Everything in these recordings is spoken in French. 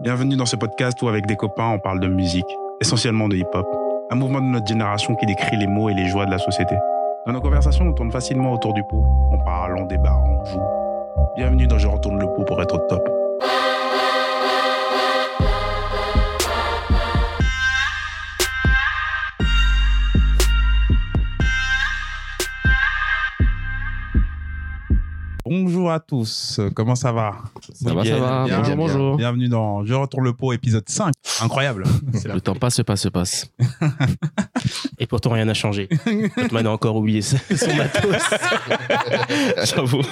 Bienvenue dans ce podcast où avec des copains on parle de musique, essentiellement de hip-hop, un mouvement de notre génération qui décrit les mots et les joies de la société. Dans nos conversations, on tourne facilement autour du pot. On parle, on débat, on joue. Bienvenue dans Je retourne le pot pour être au top. Bonjour à tous, comment ça va Ça va, ça va. Bien, bonjour, bien. bonjour. Bienvenue dans Je retourne le pot épisode 5. Incroyable. C'est la- Le temps passe, se passe, se passe. Et pourtant, rien n'a changé. Batman a encore oublié son son matos. J'avoue.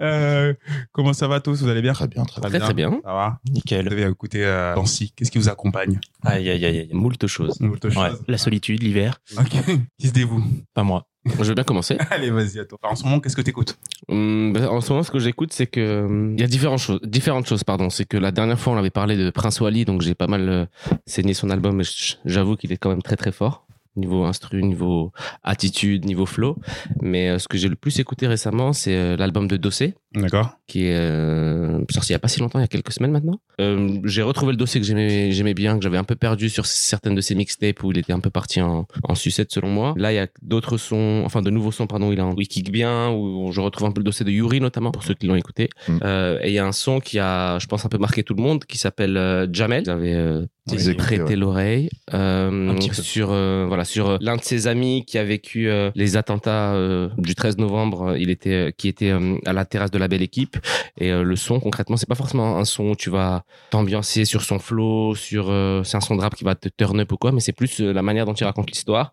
Euh, comment ça va tous Vous allez bien Très bien, très bien. Très, très bien. Ça va Vous Nickel. devez écouter euh, Nancy. Qu'est-ce qui vous accompagne Aïe, aïe, aïe, aïe. Moult choses. Moult Ouais. choses. La solitude, l'hiver. Ok. Qui se dévoue Pas moi. Je veux bien commencer. Allez, vas-y, à toi. En ce moment, qu'est-ce que t'écoutes Hum, bah, en ce moment, ce que j'écoute, c'est que hum, il y a différentes choses. Différentes choses, pardon. C'est que la dernière fois, on avait parlé de Prince Wally, donc j'ai pas mal euh, saigné son album. et j- J'avoue qu'il est quand même très très fort niveau instru, niveau attitude, niveau flow. Mais euh, ce que j'ai le plus écouté récemment, c'est euh, l'album de Dossé D'accord. qui est euh, sorti il y a pas si longtemps, il y a quelques semaines maintenant. Euh, j'ai retrouvé le dossier que j'aimais j'aimais bien, que j'avais un peu perdu sur certaines de ses mixtapes où il était un peu parti en, en sucette selon moi. Là, il y a d'autres sons, enfin de nouveaux sons, pardon, où il a un où il kick bien, où je retrouve un peu le dossier de Yuri notamment, pour ceux qui l'ont écouté. Mm. Euh, et il y a un son qui a, je pense, un peu marqué tout le monde, qui s'appelle euh, Jamel. J'avais euh, Oui, j'ai écouté, prêté ouais. l'oreille euh, Un petit peu. sur euh, voilà sur euh, l'un de ses amis qui a vécu euh, les attentats euh, du 13 novembre. euh, Il était euh, qui était euh, à la terrasse de la Belle Équipe et euh, le son concrètement c'est pas forcément un son où tu vas t'ambiancer sur son flow, sur euh, c'est un son de rap qui va te turn up ou quoi, mais c'est plus euh, la manière dont il raconte l'histoire,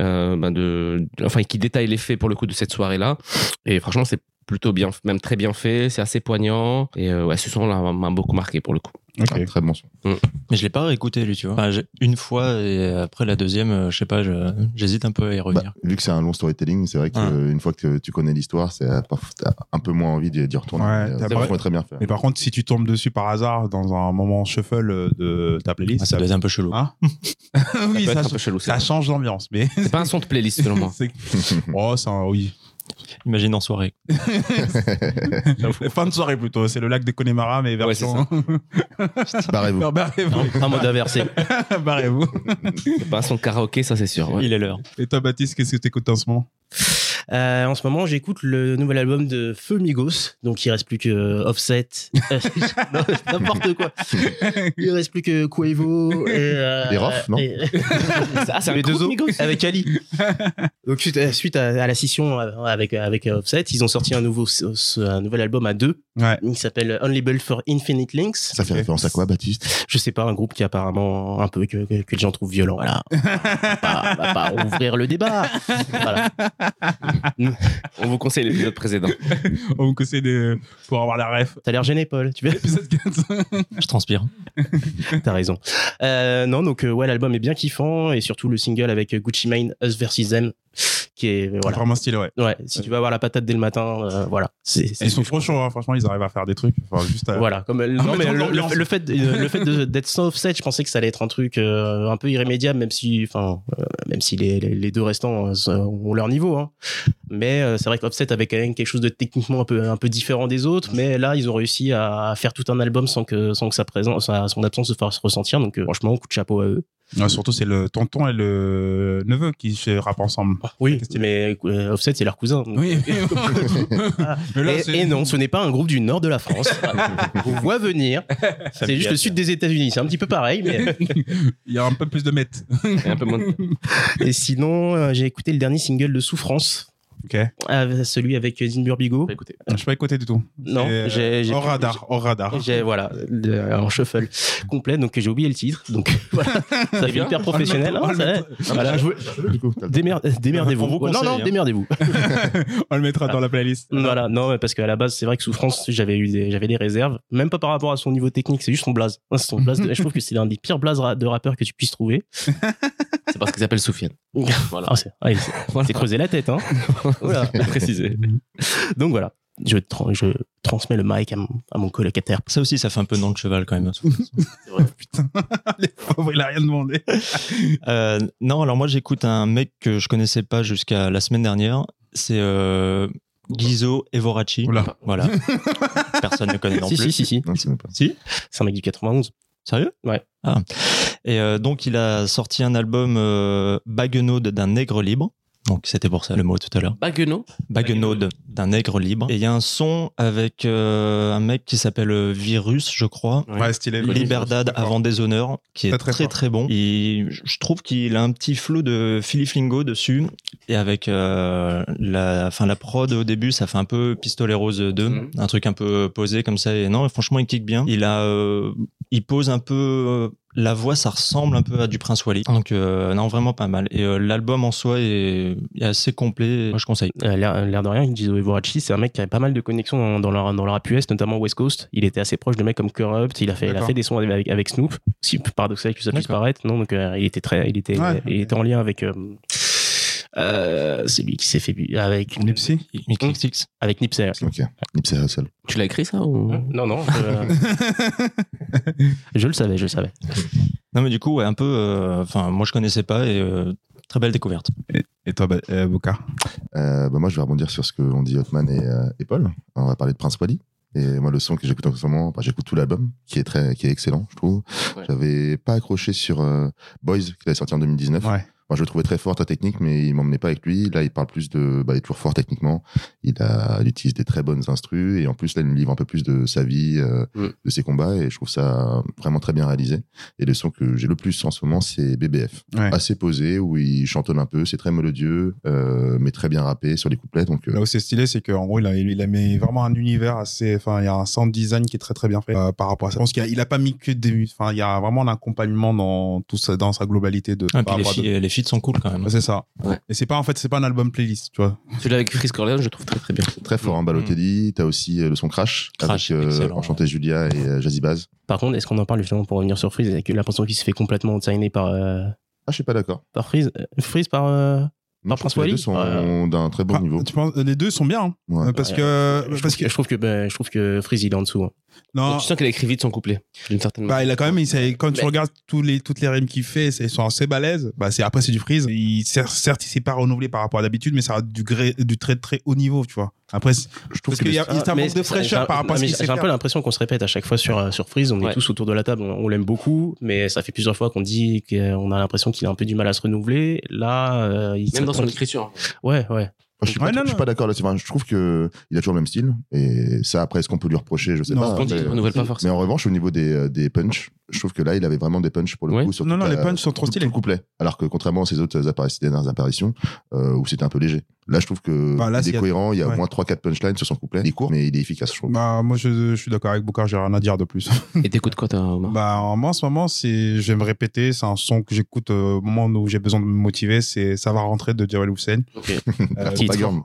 euh, ben de, de- enfin qui détaille les faits pour le coup de cette soirée là. Et franchement c'est plutôt bien, même très bien fait, c'est assez poignant et euh, ouais ce son là m'a beaucoup marqué pour le coup. Ok. Ah, très bon son. Mais je l'ai pas réécouté lui, tu vois. Enfin, j'ai- une fois et après la deuxième, euh, je sais pas, je- j'hésite un peu à y revenir. Bah, vu que c'est un long storytelling, c'est vrai qu'une Ah. fois que tu connais l'histoire, c'est euh, parfois, t'as un peu moins envie d'y d'y retourner. Ouais, Mais, euh, t'as franchement, pas- très bien fait. Mais par contre, si tu tombes dessus par hasard dans un moment shuffle euh, de ta playlist, Ah, ça doit être un peu chelou. Hein oui, peut ça, être un peu chelou, ça c'est- change l'ambiance, mais. C'est pas un son de playlist selon moi. c'est- oh, ça, oui. Imagine en soirée. fin de soirée plutôt. C'est le lac de Connemara, mais Ouais, c'est version. Barrez-vous. Non, barrez-vous. En, en mode inversé. barrez-vous. C'est pas un son de karaoké, ça c'est sûr. ouais. Il est l'heure. Et toi, Baptiste, qu'est-ce que t'écoutes en ce moment Euh, en ce moment, j'écoute le nouvel album de Feu Migos. Donc, il reste plus que euh, Offset. Non, N'importe quoi. Il reste plus que Quavo. Et, euh, Et Rof, non et- Ah, c'est un Les groupe deux autres. Migos. avec Ali. Donc suite à, suite à, à la scission euh, avec avec Offset, ils ont sorti un nouveau ce- ce- un nouvel album à deux. Ouais. Il s'appelle Unlabeled for Infinite Links. Ça fait référence à quoi, Baptiste Je sais pas un groupe qui apparemment un peu que, que, que les gens trouvent violent. Voilà. On va pas, on va pas ouvrir le débat. Voilà. On vous conseille l'épisode précédent. On vous conseille de... pour avoir la ref. T'as l'air gêné Paul. Tu veux Épisode 4. Je transpire. T'as raison. Euh, non donc euh, ouais l'album est bien kiffant et surtout le single avec Gucci Mane Us versus Them qui est euh, voilà. Vraiment stylé, ouais. Ouais, si tu veux avoir la patate dès le matin, euh, voilà. C'est- c'est- Ils sont trop chauds, hein. franchement, ils arrivent à faire des trucs. Enfin, juste à- Voilà, comme elle- Ah, non, mais mais dans le, l'ambiance. le- le fait, euh, le fait de- d'être sans offset, je pensais que ça allait être un truc euh, un peu irrémédiable, même si, enfin, euh, même si les, les- les deux restants euh, sont- ont leur niveau. hein. Mais euh, c'est vrai qu'offset avait quand même quelque chose de techniquement un peu, un peu différent des autres, mais là, ils ont réussi à faire tout un album sans que, sans que sa présence, sa- son absence se fasse ressentir. Donc, euh, franchement, coup de chapeau à eux. Ouais, surtout, c'est le tonton et le neveu qui se rappent ensemble. Oui, Qu'est-ce que- mais euh, offset, c'est leur cousin. donc- Oui. Mais là, Et, c'est- et non, ce n'est pas un groupe du nord de la France. On voit venir. C'est juste le sud des États-Unis. C'est un petit peu pareil, mais. Il y a un peu plus de mètres. Et un peu moins de- Et sinon, euh, j'ai écouté le dernier single de Souffrance, Ok. euh, celui avec Dean Burbigo. Écoutez. Je suis pas écouté du tout. Non, C'est, euh, j'ai j'ai- Au radar, au radar. j'ai- j'ai- voilà, le- en shuffle complet, donc j'ai oublié le titre, donc voilà, ça fait bien. hyper professionnel. On hein, Oh le ça met- va. Voilà, je vous- Du coup, t'as le- démer- démerdez-vous. On vous non, conseille, non, hein. démerdez-vous. On le mettra dans la playlist. voilà, non, mais parce qu'à la base, c'est vrai que Souffrance, j'avais eu des, j'avais des réserves, même pas par rapport à son niveau technique, c'est juste son blaze. Hein, Son blaze de- je trouve que c'est l'un des pires blazes ra- de rappeurs que tu puisses trouver. C'est parce qu'ils s'appelle Soufiane. Voilà. Ah, c'est, ah, il s'est- il s'est creusé la tête, hein. Voilà. Précisé. Donc voilà, je, tra- je transmets le mic à mon, à mon colocataire. Ça aussi, ça fait un peu nom de cheval quand même. Le pauvre, Oh, il a rien demandé. Euh, non, alors moi, j'écoute un mec que je connaissais pas jusqu'à la semaine dernière. C'est euh, Guizot Evorachi. Oula. Voilà. Personne ne connaît non si, plus. si, si, si. Non, c'est même pas. Si C'est un mec du 91. Sérieux Ouais. Ah. Et euh, donc, il a sorti un album euh, Baguenaude d'un nègre libre. Donc, c'était pour ça le mot tout à l'heure. Baguenot. Baguenaude d'un nègre libre. Et il y a un son avec euh, un mec qui s'appelle euh, Virus, je crois. Ouais, stylé. Liberdad D'accord. avant déshonneur, qui est Très, très très très, fort. bon. Et je trouve qu'il a un petit flot de Philly Flingo dessus. Et avec euh, la, enfin, la prod au début, ça fait un peu Pistolet Rose 2, Mhm. un truc un peu posé comme ça. Et non, franchement, il kick bien. Il a, euh, il pose un peu. euh, la voix, ça ressemble un peu à du Prince Wally. Donc, euh, non, vraiment pas mal. Et euh, l'album en soi est, est assez complet. Moi, je conseille. Euh, L'air l'air de rien, Gizo Evorachi, c'est un mec qui avait pas mal de connexions dans, dans leur, dans leur rap US, notamment West Coast. Il était assez proche de mecs comme Corrupt. Il a fait, il a D'accord. fait des sons avec, avec Snoop. Si paradoxal que ça puisse D'accord. paraître, non. Donc euh, il était très, il était, Ouais. il était en lien avec. euh, euh, celui qui s'est fait bu- avec Nipsey XXX. avec Nipsey. Hein ouais. Ok. Nipsey Hussle. Tu l'as écrit ça ou... Non non, euh, je le savais, je le savais. Non, mais du coup, ouais, un peu. euh, Enfin, moi, je connaissais pas et euh, très belle découverte. Et toi, bah, euh, Boca Euh, bah, moi, je vais rebondir sur ce que l'ont dit Hotman et, euh, et Paul. On va parler de Prince Wally. Et moi, le son que j'écoute en ce moment, bah, j'écoute tout l'album, qui est très, qui est excellent, je trouve. Ouais. J'avais pas accroché sur euh, Boys, qu'il avait sorti en 2019. Ouais. Moi, je le trouvais très fort à technique, mais il m'emmenait pas avec lui. Là, il parle plus de, bah, il est toujours fort techniquement. Il a, il utilise des très bonnes instrus et en plus, là, il nous livre un peu plus de sa vie, euh, Mm. de ses combats et je trouve ça vraiment très bien réalisé. Et le son que j'ai le plus en ce moment, c'est BBF. Ouais. Assez posé, où il chantonne un peu, c'est très mélodieux, euh, mais très bien rappé sur les couplets. Donc, euh, Là où c'est stylé, c'est qu'en gros, il a, il a mis vraiment un univers assez. Enfin, il y a un sound design qui est très très bien fait euh, par rapport à ça. Je pense qu'il a, il a pas mis que des. Enfin, il y a vraiment un accompagnement dans tout ça, dans sa globalité Bah, de. Ah, par puis les, rapport à filles, les feats sont cool quand même. d'autres- C'est ça. Ouais. Et c'est pas en fait, c'est pas un album playlist, tu vois. Tu l'as avec Chris Corleone, je trouve très très bien. très fort, Mm, hein, Balotelli. T'as aussi euh, le son Crash, Crash, avec euh, excellent. Enchanté Julia et euh, Jazzy Baz. Par contre, est-ce qu'on en parle justement pour revenir sur Freeze avec l'impression qu'il se fait complètement designer par euh, Ah, je suis pas d'accord. par Freeze, Euh, Freeze par euh, Non, Par je trouve Prince que les Wally deux sont Ouais. d'un très bon Enfin, niveau. Ah, euh. tu penses- les deux sont bien. hein. Ouais. Ah, Euh, parce Ouais. que. je, parce trouve que, que. je trouve que ben, je trouve que Freeze il est en dessous. hein. Non. Tu sens qu'elle écrit vite son couplet, d'une certaine Bah, manière. il a quand même, il s'est- quand tu Mais- regardes tous les, toutes les rimes qu'il fait, c'est- ils sont assez balèzes. Bah, c'est, après, c'est du freeze. Il, certes, certes, il s'est pas renouvelé par rapport à d'habitude, mais ça a du, gré- du très très haut niveau, tu vois. Après, c'est- Je trouve parce que qu'il les- y a Ah, il y a un Mais manque de c'est- fraîcheur j'ai- par rapport à ce mais qu'il sait J'ai un faire. peu l'impression qu'on se répète à chaque fois sur, euh, sur Freeze. On est Ouais. tous autour de la table, on, on l'aime beaucoup, mais ça fait plusieurs fois qu'on dit qu'on a l'impression qu'il a un peu du mal à se renouveler. Là, euh, il Même dans son s'attend- écriture. Ouais, ouais. Je suis pas, Ouais, non, je suis non. pas d'accord là-dessus. Enfin, je trouve que il a toujours le même style. Et ça, après, est-ce qu'on peut lui reprocher Je sais Non, pas. Ah, Quand mais, il renouvelle pas forcément. mais en revanche, au niveau des, euh, des punchs, je trouve que là, il avait vraiment des punchs pour le Ouais. coup. Sur Non, toute non, les Euh, la- punchs sont trop tout- stylés. tout le couplet. Alors que contrairement à ses autres apparitions, dernières apparitions, euh, où c'était un peu léger. Là, je trouve que Bah, là, il s'il y est a- cohérent. Il y a au ouais. moins 3-4 punchlines sur son couplet. Il est court, mais il est efficace, je trouve. Bah, moi, je, je suis d'accord avec Boucar, j'ai rien à dire de plus. Et t'écoutes quoi, toi, Omar bah, en- moi, en ce moment, c'est, je vais me répéter, c'est un son que j'écoute euh, au moment où j'ai besoin de me motiver, c'est Ça va rentrer de Jawel Hussein. Ok. Euh, Pas titre. grave.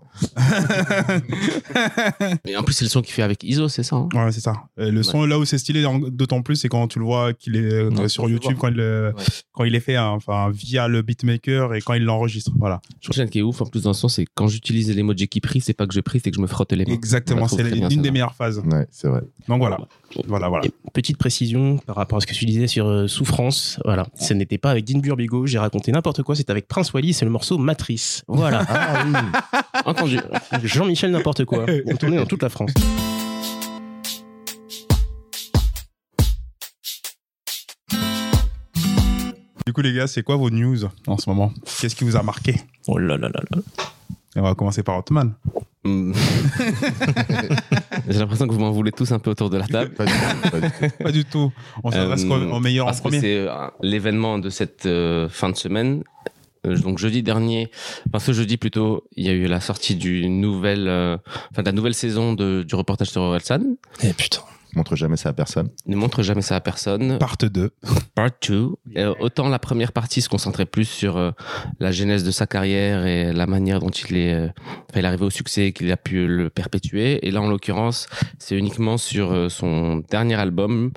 Et en plus, c'est le son qu'il fait avec ISO, c'est ça hein Ouais, c'est ça. Euh, le son, là où c'est stylé, en- d'autant plus, c'est quand tu le vois qu'il est euh, Ouais, sur on peut YouTube, quand il, euh, Ouais. quand il est fait, hein, enfin, via le beatmaker et quand il l'enregistre. Voilà. Je trouve que qui est ouf en plus dans le son, c'est quand j'utilise les mots qui pris, c'est pas que je prie, c'est que je me frotte les mains. On Exactement, la trouve c'est très bien, l'une des celle-là. meilleures phases. Ouais, c'est vrai. Donc voilà. Voilà, voilà. Et petite précision par rapport à ce que tu disais sur euh, Souffrance. Voilà, ce n'était pas avec Dean Burbigo, j'ai raconté n'importe quoi, c'était avec Prince Wally, c'est le morceau Matrice. Voilà, Ah oui. Entendu. Jean-Michel n'importe quoi, on tournait dans toute la France. Du coup, les gars, c'est quoi vos news en ce moment Qu'est-ce qui vous a marqué Oh là là là là. Et On va commencer par Otman. Hum. J'ai l'impression que vous m'en voulez tous un peu autour de la table. Pas du tout, pas du tout. Pas du tout. On s'adresse Euh, qu'au- au meilleur en Parce que premier. c'est euh, l'événement de cette euh, fin de semaine. Euh, Donc jeudi dernier, enfin ce jeudi plutôt, il y a eu la sortie du nouvel, euh, enfin de la nouvelle saison de- du reportage sur Orelsan. Eh putain. Montre jamais ça à personne. Ne montre jamais ça à personne. Part 2. Part 2. autant la première partie se concentrait plus sur euh, la genèse de sa carrière et la manière dont il est, euh, enfin, il est arrivé au succès et qu'il a pu le perpétuer. Et là, en l'occurrence, c'est uniquement sur euh, son dernier album.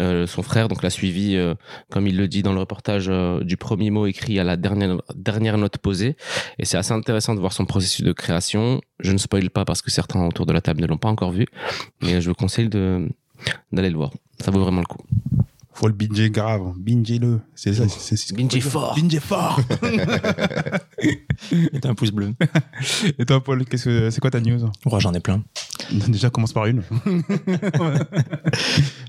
Euh, son frère donc l'a suivi, euh, comme il le dit dans le reportage, euh, du premier mot écrit à la dernière, dernière note posée. Et c'est assez intéressant de voir son processus de création. Je ne spoil pas parce que certains autour de la table ne l'ont pas encore vu, mais je vous conseille de d'aller le voir. Ça vaut vraiment le coup. Faut le binger grave. Binger-le. C'est ça. c'est- c'est ce qu'il faut Binger dire. fort. Binger fort. Et un pouce bleu. Et toi, Paul, qu'est-ce que- c'est quoi ta news Ouais, j'en ai plein. Déjà, commence par une.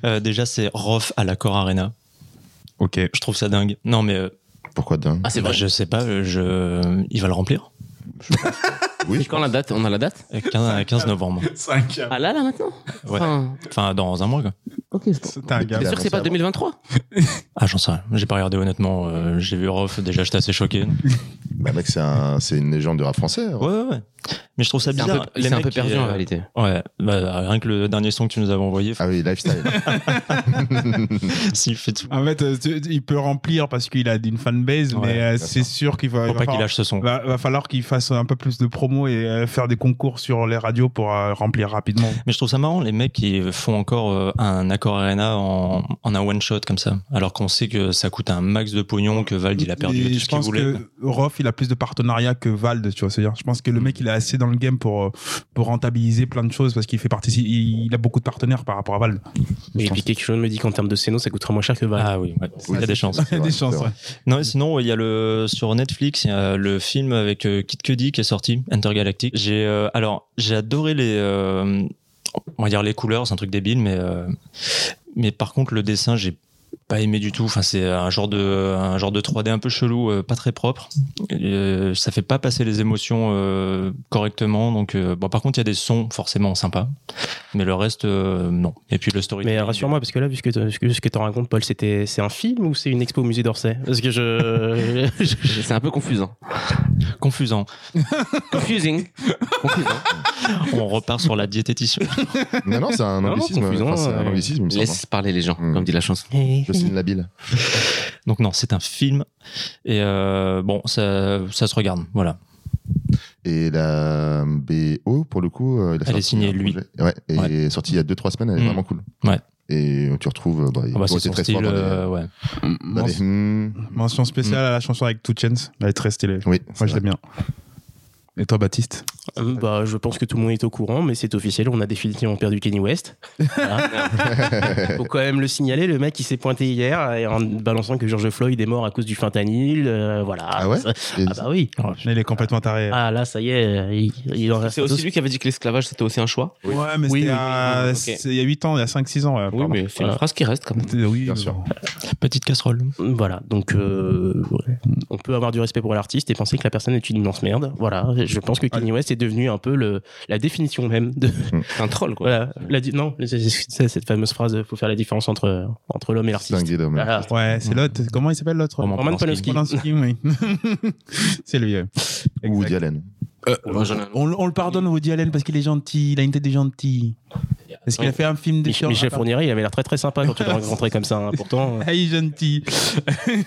Euh, déjà, c'est Rof à l'accord Arena. ok. Je trouve ça dingue. Non, mais euh, Pourquoi dingue Ah, c'est bah, vrai. je sais pas, euh, je... il va le remplir. Oui, Ah, C'est quand la date On a la date Euh, 15, 15 novembre. 5 Ah là, là, maintenant Ouais. Enfin, Enfin, dans un mois, quoi. ok. c'est bon. C'est un gars. T'es sûr que c'est pas 2023 Ah, j'en sais rien. J'ai pas regardé, honnêtement. euh, J'ai vu Rof, déjà, j'étais assez choqué. Bah, mec, c'est un- c'est une légende de rap français. hein. Ouais, ouais, ouais. Mais je trouve ça C'est un bizarre. peu- Les C'est un mecs peu qui, perdu en euh, réalité. Ouais, bah, rien que le dernier son que tu nous avais envoyé, Ah oui, lifestyle. Ah. s'il fait tout. En fait, euh, tu- il peut remplir parce qu'il a une fanbase, Ouais, mais euh, bien c'est sûr. sûr qu'il va, Faut il va pas qu'il falloir- lâche ce son. va- va falloir qu'il fasse un peu plus de promos et euh, faire des concours sur les radios pour euh, remplir rapidement. Mais je trouve ça marrant, les mecs qui font encore euh, un accord Arena en, en un one shot comme ça. Alors qu'on sait que ça coûte un max de pognon, que Vald il a perdu Et je tout ce qu'il pense voulait. que Rof, il a plus de partenariats que Vald, tu vois. C'est-à-dire, je pense que le mec, il est assez dans le game pour, euh, pour rentabiliser plein de choses parce qu'il fait partie, il, il a beaucoup de partenaires par rapport à Vald. Mais et puis quelque chose me dit qu'en termes de scéno, ça coûtera moins cher que Val. Ah oui, ouais, il y a des chances. Il y a des vrai, chances, c'est vrai. ouais. Non, et sinon, il y a le sur Netflix, il y a le film avec euh, Kid Cudi qui est sorti, Intergalactic. J'ai euh, alors, j'ai adoré les euh, on va dire les couleurs, c'est un truc débile mais euh, mais par contre le dessin, j'ai pas aimé du tout. Enfin, c'est un genre de un genre de 3D un peu chelou, euh, pas très propre. Euh, ça fait pas passer les émotions euh, correctement. Donc euh, bon, par contre, il y a des sons forcément sympas, mais le reste euh, non. Et puis le story. Mais rassure-moi, parce que là, vu ce que tu- ce que t'en racontes, Paul, c'était c'est un film ou c'est une expo au musée d'Orsay Parce que je. C'est un peu hein. confusant. confusant. Confusing. hein. Confusant. On repart sur la diététicienne. non, non, c'est un non, anglicisme. confusant, Enfin, c'est un euh, anglicisme, il me semble. Laisse parler les gens, Mm. comme dit la Eh, chanson. Je signe la bile. Donc non, c'est un film. Et euh, bon, ça, ça se regarde, voilà. Et la BO, pour le coup, euh, il a Elle est sorti signée un lui. projet. Ouais, et Ouais. est sortie il y a 2-3 semaines, elle est Mm. vraiment cool. Ouais. Et tu retrouves. euh, Bah, il Ah bah, toujours c'est été son très style, fort dans les- euh, ouais. dans les- Hmm. Mention spéciale à la chanson avec Two Chainz. Elle est très stylée. Oui, Moi, c'est je vrai. l'aime bien. Et toi, Baptiste Euh, bah, je pense que tout le monde est au courant, mais c'est officiel, on a définitivement perdu Kenny West. Voilà. Faut quand même le signaler, le mec il s'est pointé hier et en balançant que George Floyd est mort à cause du fentanyl, euh, voilà. Ah ouais Ça- Et- Ah bah oui. Oh, Il est complètement taré. Ah là, ça y est, il, il en reste C'est tous. aussi lui qui avait dit que l'esclavage c'était aussi un choix. Oui. Ouais, mais Oui, c'était oui, à- oui, ok. c'est- il y a 8 ans, il y a 5-6 ans. ouais, Oui, pardon. mais c'est Voilà. une phrase qui reste quand même. C'était- Oui, Bien mais sûr. bon. Petite casserole. Voilà, donc euh, ouais. on peut avoir du respect pour l'artiste et penser que la personne est une immense merde. Voilà, je pense que Kenny West est devenu un peu le, la définition même de. C'est un troll quoi. Voilà, la di- non, c'est- c'est- c'est cette fameuse prise faut faire la différence entre, entre l'homme et l'artiste. Dingue d'homme. Ah, là. Voilà. Ouais, c'est l'autre. Comment il s'appelle l'autre Roman Roman Polanski. Polanski, oui. c'est lui. ouais. Ou Exact. Woody Allen. Moi, j'en ai un. On, on le pardonne, Woody Allen, parce qu'il est gentil. Il a une tête de gentil. Parce qu'il a fait un film de Mich- Michel Fournier, il avait l'air très très sympa quand tu l'as rencontré comme ça. hein. Pourtant, euh, Hey, Ah, gentil.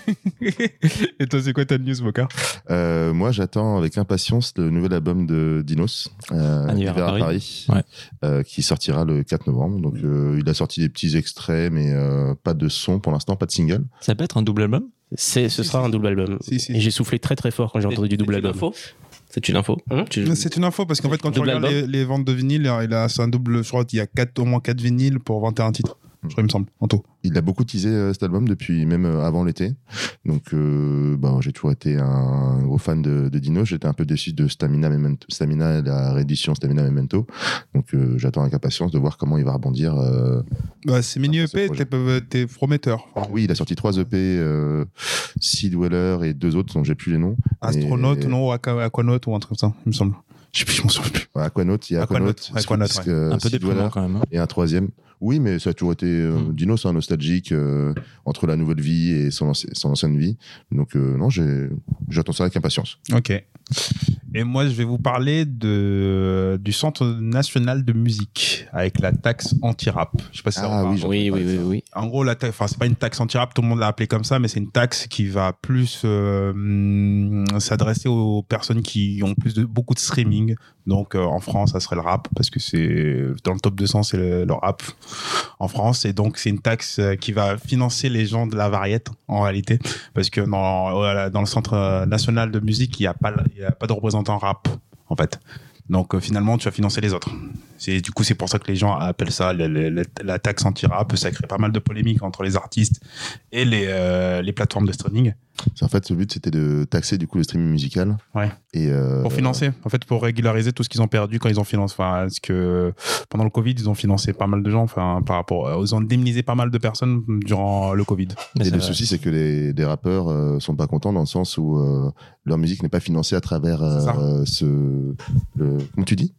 Et toi, c'est quoi ta news, Boca Euh, moi, j'attends avec impatience le nouvel album de Dinos, euh, Un hiver à Paris. Ouais. euh, qui sortira le 4 novembre. Donc, euh, il a sorti des petits extraits, mais euh, pas de son pour l'instant, pas de single. Ça peut être un double album c'est, ce sera un double album. Si, si. Et j'ai soufflé très très fort quand j'ai entendu du double album. C'est une info. Hein Tu- C'est une info, parce qu'en fait, quand tu Double regardes les, album. les ventes de vinyles, il a, c'est un double, je crois qu'il y a quatre, au moins 4 vinyles pour 21 titres. Je crois, il me semble, en tout. Il a beaucoup teasé euh, cet album depuis même euh, avant l'été. Donc, euh, bah, j'ai toujours été un gros fan de, de Dino. J'étais un peu déçu de Stamina Memento, Stamina, la réédition Stamina Memento. Donc, euh, j'attends avec impatience de voir comment il va rebondir. euh. Bah, c'est mini Après, EP, ce t'es t'es prometteur. Oui, il a sorti trois EP, euh, Sea Dweller et deux autres dont j'ai plus les noms. Astronaute, Et- non, ou aqua- aquanaute ou un truc comme ça, il me semble. Je sais plus, je m'en souviens plus. Ouais, Aquanaut, il y a Aquanaut, Aquanaut, Aquanaut, Sphinx, euh, Un peu Sea déprimant Dweller quand même. hein. et un troisième. Oui, mais ça a toujours été euh, Hmm. Dino, c'est un nostalgique euh, entre la nouvelle vie et son, anci- son ancienne vie. Donc euh, non, j'ai- j'attends ça avec impatience. Ok. Et moi, je vais vous parler de, du Centre national de musique avec la taxe anti-rap. Je sais pas si ça Ah vous parle. oui, j'en- Oui, oui, oui, oui. En gros, la taxe, enfin, c'est pas une taxe anti-rap, tout le monde l'a appelée comme ça, mais c'est une taxe qui va plus euh, hum, s'adresser aux personnes qui ont plus de beaucoup de streaming. Donc, euh, en France, ça serait le rap parce que c'est dans le top 200, c'est le, le rap en France, et donc c'est une taxe euh, qui va financer les gens de la variété en réalité, parce que dans, euh, dans le Centre national de musique, il n'y a pas il y a pas de représentant rap en fait. Donc euh, finalement, tu as financé les autres. C'est du coup c'est pour ça que les gens appellent ça le- le- le- la taxe anti-rap. Ça crée pas mal de polémiques entre les artistes et les, euh, les plateformes de streaming En fait, le but, c'était de taxer du coup le streaming musical. Ouais. Et, euh, pour financer. En fait, pour régulariser tout ce qu'ils ont perdu quand ils ont financé. Enfin, ce que pendant le Covid, ils ont financé pas mal de gens. Enfin, par rapport, euh, ils ont indemnisé pas mal de personnes durant le Covid. Mais Et ça- le souci, c'est que les, des rappeurs euh, sont pas contents dans le sens où euh, leur musique n'est pas financée à travers euh, C'est ça. ce. Le, comment tu dis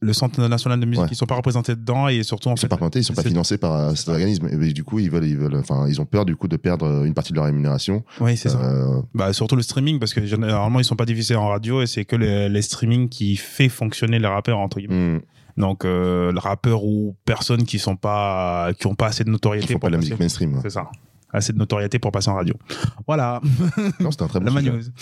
Le Centre national de musique, Ouais. ils sont pas représentés dedans et surtout en Ils sont fait, pas plantés, ils sont pas c'est- financés par euh, cet organisme. Et du coup, ils veulent, ils veulent, enfin, ils ont peur du coup de perdre euh, une partie de leur rémunération. oui, c'est ça. Euh, Bah, surtout le streaming, parce que généralement, ils sont pas diffusés en radio et c'est que les, les streaming qui fait fonctionner les rappeurs, entre guillemets. hmm, Donc, euh, le rappeur ou personnes qui sont pas, qui ont pas assez de ils notoriété font pas de la passer- musique mainstream. hein. C'est ça. Assez de notoriété pour passer en radio. Voilà, Non, c'était un très bon la sujet. maneuse.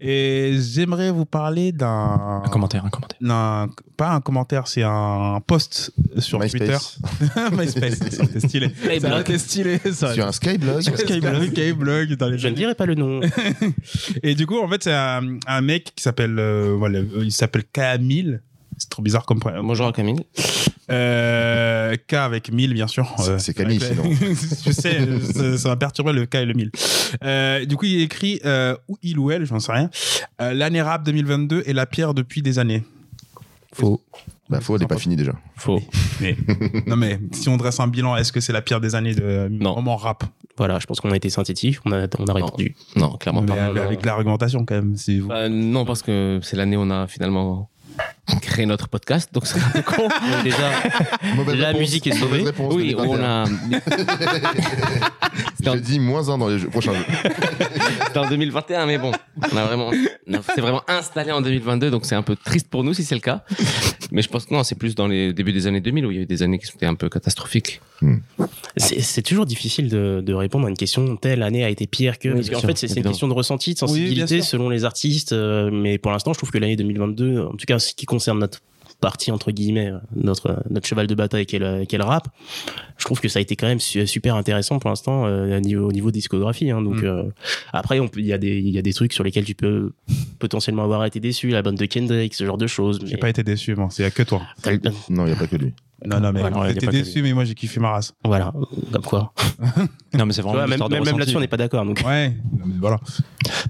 Et j'aimerais vous parler d'un. Un commentaire, un commentaire. d'un- Pas un commentaire, c'est un post sur MySpace. Twitter. MySpace, ça aurait été stylé. Ça aurait été stylé, ça. Sur un Skyblog. Skyblog, Skyblog, dans les Je ne dirai pas le nom. Et du coup, en fait, c'est un, un mec qui s'appelle, euh, voilà, euh, il s'appelle Camille. C'est trop bizarre comme prénom. Bonjour à Camille. Euh, K avec 1000, bien sûr. C'est- Euh, c'est Camille, avec- sinon. je sais, ça, ça va perturber le K et le 1000. Euh, du coup, il écrit, euh, ou il ou elle, j'en sais rien, euh, l'année rap 2022 est la pierre depuis des années. Faux. Bah, faux, elle est pas finie déjà. Faux. Mais, non, mais si on dresse un bilan, est-ce que c'est la pierre des années de Non. moment rap Voilà, je pense qu'on a été synthétique, on a, on a répondu. Non, clairement Mais pas. Ah, bah, avec, l'argumentation, quand même. si vous- Bah, non, parce que c'est l'année où on a finalement créé notre podcast, donc c'est un peu con. Déjà, Mauvaise la réponse. musique est Mauvaise sauvée. réponse, oui, 2021. on a. Je te dis moins un dans les jeux, prochains jeux. C'était en 2021, mais bon, on a vraiment, on a- c'est vraiment installé en 2022, donc c'est un peu triste pour nous si c'est le cas. Mais je pense que non, c'est plus dans les débuts des années 2000 où il y a eu des années qui étaient un peu catastrophiques. C'est c'est toujours difficile de, de répondre à une question telle année a été pire que. Oui, parce bien qu'en sûr, fait, c'est c'est une évidemment. question de ressenti, de Oui, bien sensibilité sûr. selon les artistes. euh, mais pour l'instant, je trouve que l'année 2022, en tout cas, ce qui concerne notre partie, entre guillemets, euh, notre, notre cheval de bataille qu'est le, qu'est le rap, je trouve que ça a été quand même su- super intéressant pour l'instant euh, au niveau, au niveau discographie. hein. donc, Mm. euh, après, on peut- il y, a des- il y a des trucs sur lesquels tu peux potentiellement avoir été déçu, la bande de Kendrick, ce genre de choses. J'ai mais pas été déçu, bon, c'est que toi. t'as le- Non, il n'y a pas que lui. Non, non, mais Voilà, ouais, y a j'étais pas que déçu, mais moi j'ai kiffé ma race. Voilà, comme quoi. Non, mais c'est vraiment Ouais, une même histoire de même- même ressenti. là-dessus, on n'est pas d'accord. Donc, Ouais, non, mais voilà.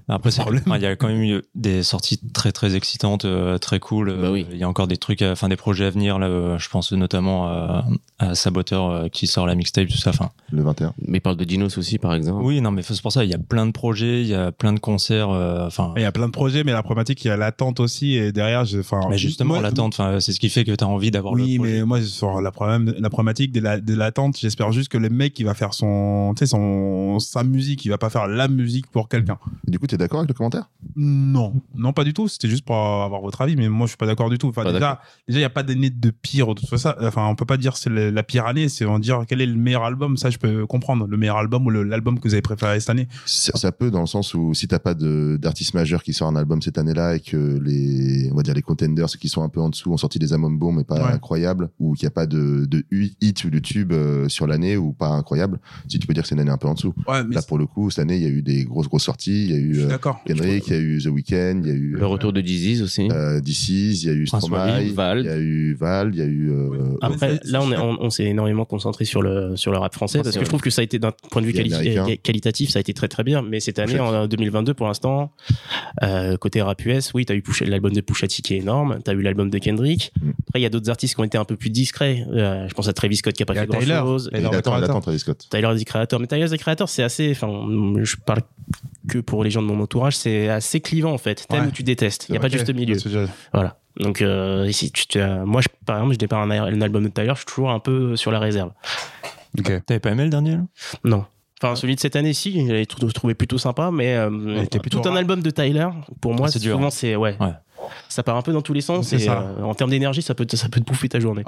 Après, c'est Problème. enfin, Il y a quand même eu des sorties très très excitantes, euh, très cool. Bah oui. Il y a encore des trucs, à- enfin des projets à venir. Là, euh, je pense notamment euh, à Saboteur euh, qui sort la mixtape, tout ça. Enfin, Le 21. Mais il parle de Dinos aussi, par exemple. oui, non, mais c'est pour ça. Il y a plein de projets, il y a plein de concerts. euh, Enfin, Il y a plein de projets, mais la problématique, il y a l'attente aussi. Et derrière, je, enfin, mais justement, moi- l'attente, enfin, c'est ce qui fait que tu as envie d'avoir Oui, le projet. mais moi, je- enfin, la, problème, la problématique de la- de l'attente, j'espère juste que le mec, qui va faire son, tu sais, son, sa musique, il va pas faire la musique pour quelqu'un. Du coup, t'es d'accord avec le commentaire Non, non, pas du tout. C'était juste pour avoir votre avis, mais moi, je suis pas d'accord du tout. Enfin, Pas déjà, déjà, il n'y a pas d'année de pire. De toute ça, enfin, on peut pas dire c'est le- la pire année, c'est on dire quel est le meilleur album. Ça, je peux comprendre. Le meilleur album ou le- l'album que vous avez préféré cette année. ça, ça peut dans le sens où si t'as pas de- d'artiste majeur qui sort un album cette année-là et que les on va dire les contenders ceux qui sont un peu en dessous ont sorti des albums bons mais pas Ouais. incroyables ou qu'il n'y a pas de, de hu- hit ou de tube euh, sur l'année ou pas incroyable si tu peux dire que c'est une année un peu en dessous Ouais, mais là pour le coup cette année il y a eu des grosses grosses sorties il y a je eu suis euh, d'accord. Kendrick il y a eu The Weeknd il y a eu Le retour de Dizzy's aussi. euh, DC's il y a eu Prince Stromae Wally, il y Vald. a eu Val il y a eu euh, Ah, mais Après, c'est- là, on est- on, on s'est énormément concentré sur le, sur le rap français Français, parce que ouais. je trouve que ça a été, d'un point de vue Et quali- américain. eh, qualitatif, ça a été très très bien. Mais cette année, Pusha en 2022, pour l'instant, euh, côté rap US, oui, t'as eu Pusha- l'album de Pusha T qui est énorme, t'as eu l'album de Kendrick. Mm. Après, il y a d'autres artistes qui ont été un peu plus discrets. Euh, je pense à Travis Scott qui a pas Il y a fait grand Tyler. chose. Mais non, il mais attend il attends. attend Travis Scott Tyler the Creator. Mais Tyler the Creator, c'est assez. Enfin, je parle que pour les gens de mon entourage, c'est assez clivant en fait. T'aimes Ouais. ou tu détestes. Il n'y a Ok, pas de juste milieu. c'est- je- Voilà. Donc, euh, si tu, tu as- moi, je, par exemple, je départ un, un album de Tyler, je suis toujours un peu euh, sur la réserve. Ok. T'avais pas aimé le dernier là Non. Enfin, celui de cette année, si, j'avais trou- trouvé plutôt sympa, mais euh, était tout plutôt un rare. album de Tyler, pour moi, c'est dur. souvent, c'est. Ouais. Ouais. Ça part un peu dans tous les sens. C'est Et, ça. euh, en termes d'énergie, ça peut, te- ça peut te bouffer ta journée.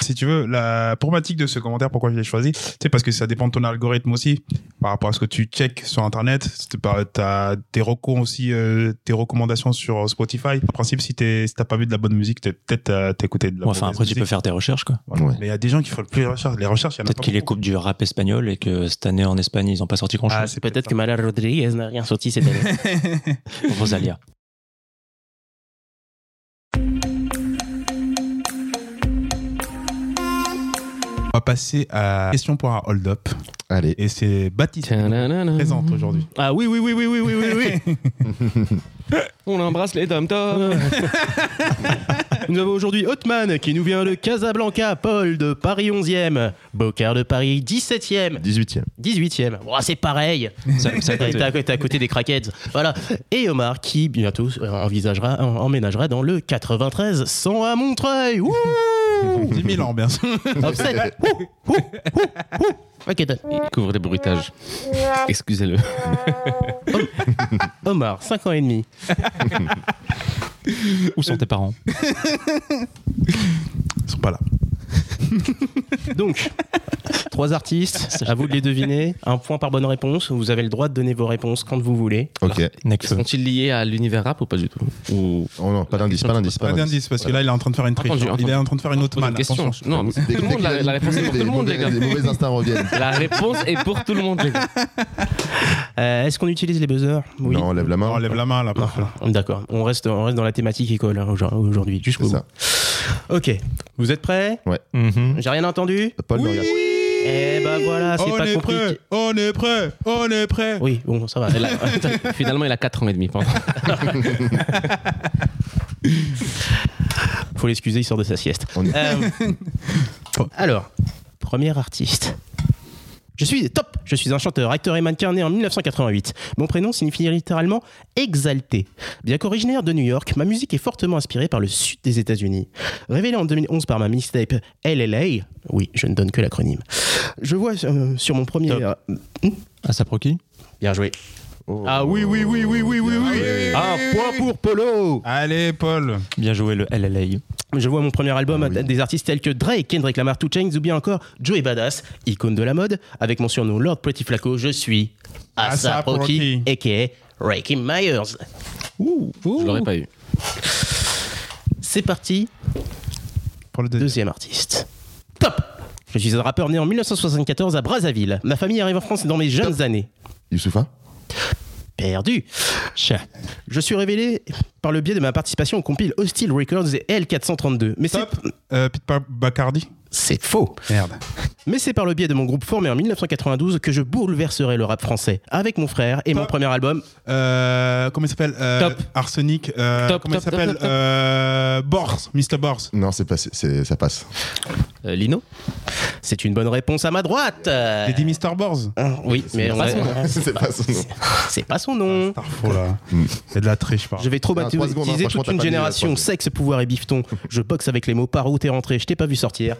si tu veux, la problématique de ce commentaire, pourquoi je l'ai choisi, c'est parce que ça dépend de ton algorithme aussi, par rapport à ce que tu checks sur Internet, c'est par- t'as tes recos aussi, euh, tes recommandations sur Spotify. En principe, si t'es- si t'as pas vu de la bonne musique, t'es- peut-être euh, t'as écouté de la Bon, Enfin, mauvaise après, tu peux musique. faire tes recherches quoi. Voilà. Ouais. Mais il y a des gens qui font le plus les recherches. Les recherches, il y en a Peut-être pas qu'ils les beaucoup. coupent du rap espagnol et que cette année en Espagne, ils ont pas sorti grand Ah, chose. c'est Peut-être que Malala Rodriguez n'a rien sorti cette année. ça. Rosalia. On va passer à question pour un hold-up. Allez. Et c'est Baptiste qui nous présente aujourd'hui. Ah oui, oui, oui, oui, oui, oui, oui, oui. On embrasse les dom Nous avons aujourd'hui Hotman qui nous vient de Casablanca, Paul de Paris 11e, Bocard de Paris 17e, 18e. 18e. Oh, c'est pareil. Ça- ça a T'es été- à, côté- à côté des craquettes. Voilà. Et Omar qui bientôt euh, envisagera, en- emménagera dans le 93 100 à Montreuil. Ouh 10 000 ans, bien sûr. Offset. Ouh, ouh, ouh, ouh. Ok, donne. Il couvre des bruitages. Excusez-le. Omar, 5 ans et demi. Où sont tes parents Ils sont pas là. Donc, trois artistes, à vous de les deviner. Un point par bonne réponse. Vous avez le droit de donner vos réponses quand vous voulez. Ok. Necfeu. Sont-ils liés à l'univers rap ou pas du tout Ou Oh non, pas d'indice, pas d'indice, Pas pas d'indice. d'indice, parce que là, il est en train de faire une triche. Entendu, Il est en train de faire une autre Pose manne. une question attention. Non, mais tout le monde, la, la réponse est pour tout le monde, les mauvais, gars. les mauvais instincts reviennent. La réponse est pour tout le monde, les gars. Euh, Est-ce qu'on utilise les buzzers Oui. Non, on lève la main. On lève la Ah, main, là, pour faire. D'accord. On reste, on reste dans la thématique école hein, aujourd'hui- aujourd'hui, C'est jusqu'au bout. ça. Ok. Vous êtes prêts Mhm. J'ai rien entendu Paul Oui Lauria. Eh ben voilà, c'est On pas est compliqué. prêt On est prêt On est prêt Oui, bon, ça va. Elle a- finalement, il a 4 ans et demi. pardon. Faut l'excuser, il sort de sa sieste. On est- Euh, alors, premier artiste. Je suis top, je suis un chanteur, acteur et mannequin né en 1988. Mon prénom signifie littéralement exalté. Bien qu'originaire de New York, ma musique est fortement inspirée par le sud des États-Unis. Révélée en 2011 par ma mixtape LLA, oui, je ne donne que l'acronyme. Je vois euh, sur mon premier. Top. Ah, ça proqui Bien joué. Oh. Ah oui, oui, oui, oui, oui, oui, oui. Un point pour Polo. Allez, Paul Bien joué le LLA. Je vois mon premier album Ah oui. à- des artistes tels que Drake, Kendrick Lamar, Two Chainz ou bien encore Joey Badass, icône de la mode, avec mon surnom Lord Pretty Flaco, je suis Asap Asap Rocky, Rocky. a.k.a. Ricky Myers. Je l'aurais pas eu. C'est parti, Pour le deuxième. deuxième artiste. Top Je suis un rappeur né en 1974 à Brazzaville. Ma famille arrive en France dans mes jeunes années. Youssoufa Perdu Je suis révélé par le biais de ma participation aux compiles Hostile Records et L432. Mais c'est- Top euh, Pete Pa- Bacardi c'est faux Merde. Mais c'est par le biais de mon groupe formé en 1992 que je bouleverserai le rap français avec mon frère et mon Top. premier album. Euh, comment il s'appelle euh, Top. Arsenic. euh, Top, comment top, il top, s'appelle top, top. euh, Bors, Mr. Bors. Non, c'est passé, c'est- ça passe. Euh, Lino C'est une bonne réponse à ma droite. Euh, J'ai dit Mr. Bors. ah, Oui, mais on pas son a- c'est pas son nom. c'est pas son nom. Oh Tarfo, là. C'est de la triche, par Je vais trop Ah, trois secondes, hein, baptiser franchement, toute t'as une pas mis, euh, génération. trois secondes. Sexe, pouvoir et bifton. Je boxe avec les mots par où t'es rentré, je t'ai pas vu sortir.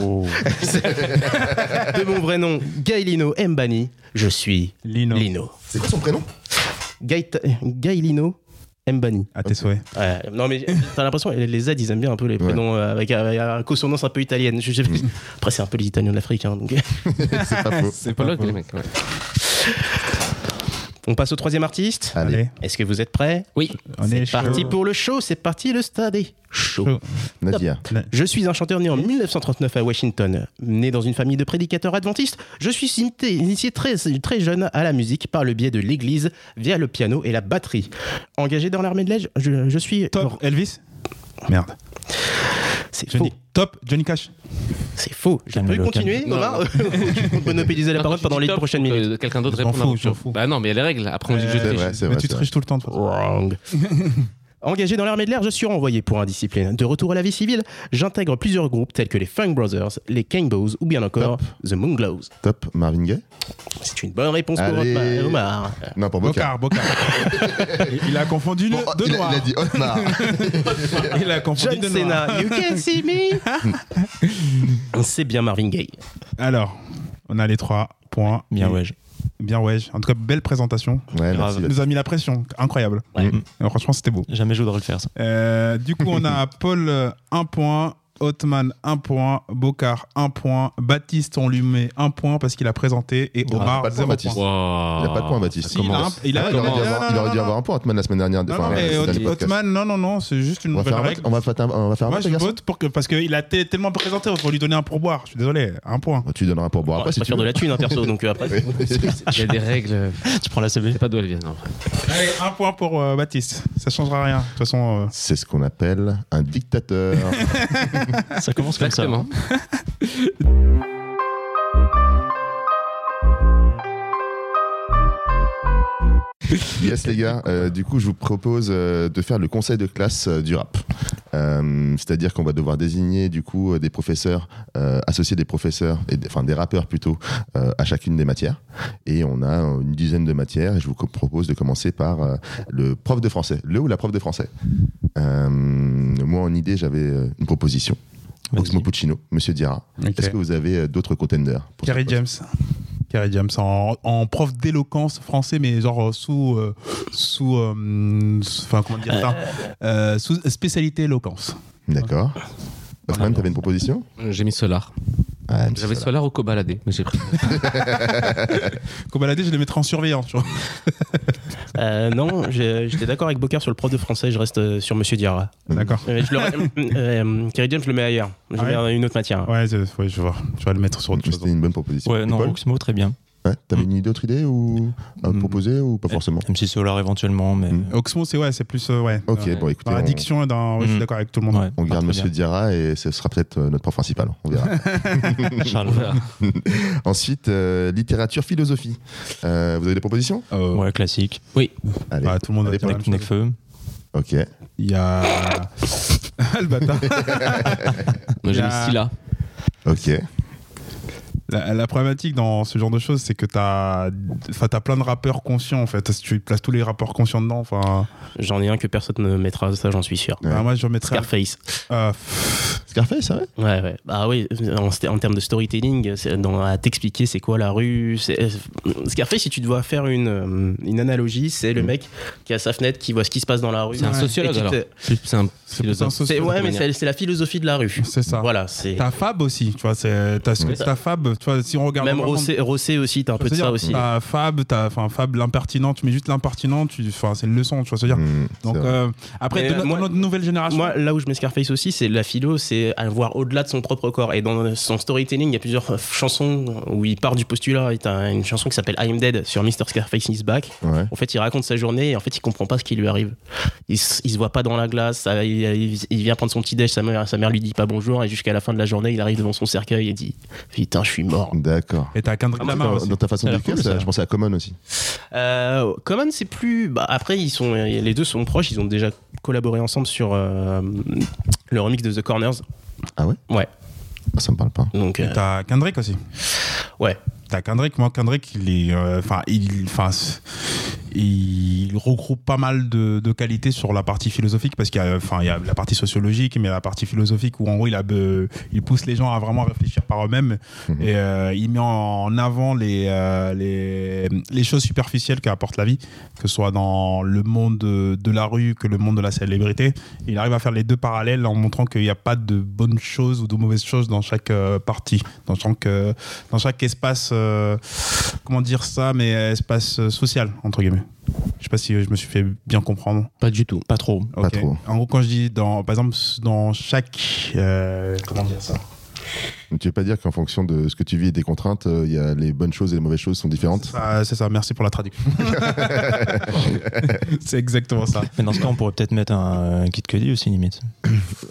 Oh. De mon vrai nom, Gailino Mbani, je suis Lino. Lino. C'est quoi son prénom Gaït- Gailino Mbani. À tes souhaits. Ouais, non mais t'as l'impression les- les Z ils aiment bien un peu les prénoms euh, avec, avec une consonance un peu italienne. Je- je- Mm. Après c'est un peu les Italiens de l'Afrique. hein, donc. C'est pas faux. C'est Ah, Pas l'autre, les mecs. ouais. On passe au troisième artiste. Allez. Allez, Est-ce que vous êtes prêts Oui. on est, C'est parti chaud. pour le show, c'est parti le stade est chaud. Chaud. Nadia. Je suis un chanteur né en 1939 à Washington. Né dans une famille de prédicateurs adventistes, je suis imité- initié très, très jeune à la musique par le biais de l'église via le piano et la batterie. Engagé dans l'armée de l'aide, je, je suis... Top Elvis Merde. C'est faux. Johnny. Top Johnny Cash. C'est faux. Je Calme peux le continuer, calme. Omar Tu comptes monopoliser la parole pendant les prochaines minutes. Euh, Quelqu'un d'autre Je m'en répond. fous, je m'en fous. Bah non, mais il y a les règles. Après, on dit Euh, je C'est triche. vrai, c'est Mais vrai. tu c'est triches tout le temps, toi. Wrong. Engagé dans l'armée de l'air, je suis renvoyé pour indiscipline. De retour à la vie civile, j'intègre plusieurs groupes tels que les Funk Brothers, les Bows ou bien encore The Moonglows. vrai. Top Marvin Gaye C'est une bonne réponse Allez. pour Omar- Omar. Non, pour Bocard. Bocard, Bocard. il a confondu Bon, le oh, deux il, a, noirs. il a dit Otmar. Il a confondu John deux noirs. Cena, you can see me. C'est bien Marvin Gaye. Alors, on a les trois points. Bien Et- ouais. Bien ouais. En tout cas, belle présentation. ouais, Grave. Il merci. nous a mis la pression. Incroyable. Ouais. Mm. Alors, franchement, c'était beau. Jamais je voudrais le faire ça. Euh, du coup, on a Paul 1 point, Othman 1 point, Bocard 1 point, Baptiste, on lui met 1 point parce qu'il a présenté et Ah, Omar pas de point, 0 Baptiste. point. Il a pas de point, Baptiste. Si, il a un- il a- Ah, il aurait dû non, avoir- non, il Ah, non, aurait dû non. avoir un point, Otman, la semaine dernière. Non, enfin, non, mais euh, dans le Oth- podcast. Othman, non, non, non, c'est juste une On va, nouvelle faire un vote, règle. on va faire un, on va faire un Moi, vote, je les garçons. vote pour que, parce qu'il a t- tellement présenté, on va lui donner un pourboire. Je suis désolé, un point. Tu donneras pour boire Bon, après Ah, si pas tu faire de la thune, hein, perso, donc euh, après. veux. Il y a des règles. Tu prends la Je CB sais pas d'où elles viennent. en vrai. Allez, un point pour euh, Baptiste. Ça changera rien. De toute façon, euh, C'est ce qu'on appelle un dictateur. ça commence comme ça. Exactement. Yes les gars, Euh, du coup je vous propose euh, de faire le conseil de classe euh, du rap. Euh, C'est-à-dire qu'on va devoir désigner du coup euh, des professeurs, euh, associer des professeurs, et des- enfin des rappeurs plutôt, euh, à chacune des matières. Et on a euh, une dizaine de matières et je vous co- propose de commencer par euh, le prof de français, le ou la prof de français. Euh, moi en idée j'avais euh, une proposition. Vas-y. Oxmo Puccino, Monsieur Dira. Est-ce que vous avez euh, d'autres contenders pour ce Kerry poste James. Kerry James en, en prof d'éloquence français, mais genre euh, sous. euh, sous euh, sous- enfin, comment dire ça Euh, Sous spécialité éloquence. D'accord. Hoffman, t'avais une proposition J'ai mis Solar. Ah, M. J'avais Solar. Solar ou Cobaladé, mais j'ai pris. Cobaladé, je les mettrais en surveillance. tu vois. Euh, non, j'ai- j'étais d'accord avec Bocard sur le prof de français, je reste euh, sur Monsieur Diarra. D'accord. Euh, je le, euh, Kerry James, je le mets ailleurs. Je Ah mets une autre matière. Ouais, c'est- ouais, je vois. Je vais le mettre sur autre chose. C'était une bonne proposition. Ouais, non, Paul Oxmo, très bien. Ouais, T'avais une d'autres idée ou à Hmm. proposer ou pas forcément MC Solar éventuellement, mais. Mm. Oxmo, c'est ouais, c'est plus. euh, ouais. Ok, Ouais. bon, écoutez, Dans on, l'addiction, et dans. ouais, je suis Mm. d'accord avec tout le monde. Ouais, on pas garde très Monsieur Diarra et ce sera peut-être euh, notre prof principal. On verra. bien. Charles. Ensuite, euh, littérature, philosophie. Euh, vous avez des propositions Euh, Ouais, classique. Allez. bah, tout le monde va Allez, dire la Avec même chose. Nekfeu. Ok. Il y a. Ah, le bâtard. Moi, j'ai mis Ah. Scylla. Ok. La, la problématique dans ce genre de choses, c'est que t'as enfin, t'as plein de rappeurs conscients, en fait. Si tu places tous les rappeurs conscients dedans, enfin. J'en ai un que personne ne mettra, ça j'en suis sûr. Ouais. bah, moi, je mettrais. Scarface. Euh, pff, Scarface, c'est vrai Ouais, ouais. Bah oui, en, en termes de storytelling, c'est dans, à t'expliquer c'est quoi la rue. c'est- euh, Scarface, si tu dois faire une, euh, une analogie, c'est le Mm. mec qui a sa fenêtre, qui voit ce qui se passe dans la rue. C'est un Ouais. sociologue Et qui alors. te- C'est c'est un plus un philosophe. c'est- social. ouais, mais c'est c'est la philosophie de la rue. C'est ça. Voilà, c'est. T'as Fab aussi, tu vois. c'est- T'as ce que Ouais. t'as Fab, tu vois, si on regarde. Même on raconte- Rossé, Rossé aussi, t'as un peu de C'est-à-dire, ça aussi. T'as Fab, t'as enfin, Fab l'impertinent, tu mets juste l'impertinent, tu- enfin, c'est une leçon, tu vois. C'est-à-dire. Hmm, c'est Donc, vrai. euh, après, Mm. Mais, de, euh, no- moi- notre nouvelle génération. Moi, là où je mets Scarface aussi, c'est la philo, c'est à voir au-delà de son propre corps. Et dans son storytelling, il y a plusieurs euh, chansons où il part du postulat. Et t'as une chanson qui s'appelle I Am Dead sur Mr. Scarface is Back. Ouais. En fait, il raconte sa journée et en fait, il comprend pas ce qui lui arrive. Il, s- il se voit pas dans la glace, ça- il, il- il vient prendre son petit déj, sa mère, sa mère lui dit pas bonjour et jusqu'à la fin de la journée, il arrive devant son cercueil et dit Putain, je suis mort. D'accord. Et t'as Kendrick Lamar Dans, aussi. dans ta façon Ça a de l'air l'écrire, cool, ça- ça. je pensais à Common aussi. Euh, Common, c'est plus. Bah, après, ils sont, les deux sont proches, ils ont déjà collaboré ensemble sur euh, le remix de The Corners. Ah, Ça me parle pas. Donc, euh, Et T'as Kendrick aussi. Ouais. T'as Kendrick, moi Kendrick, il est, euh, enfin, il, enfin, c'est- il regroupe pas mal de, de qualités sur la partie philosophique parce qu'il y a, enfin, il y a la partie sociologique, mais la partie philosophique où en gros il a, be- il pousse les gens à vraiment réfléchir par eux-mêmes Mhm. et euh, il met en avant les, euh, les, les choses superficielles qu'apporte la vie, que ce soit dans le monde de, de la rue que le monde de la célébrité. Il arrive à faire les deux parallèles en montrant qu'il n'y a pas de bonnes choses ou de mauvaises choses dans chaque euh, partie, dans chaque euh, dans chaque espace, euh, comment dire ça, mais euh, espace euh, social, entre guillemets. Je sais pas si euh, je me suis fait bien comprendre. Pas du tout. Pas trop. Pas Ok. trop. En gros, quand je dis, dans, par exemple, dans chaque. euh, comment dire ça Donc, Tu veux pas dire qu'en fonction de ce que tu vis et des contraintes, euh, il y a les bonnes choses et les mauvaises choses sont C'est différentes ça, Ah, c'est ça, merci pour la traduction. c'est exactement ça. Mais dans ce cas, on pourrait peut-être mettre un, un Kid Cudi aussi, limite.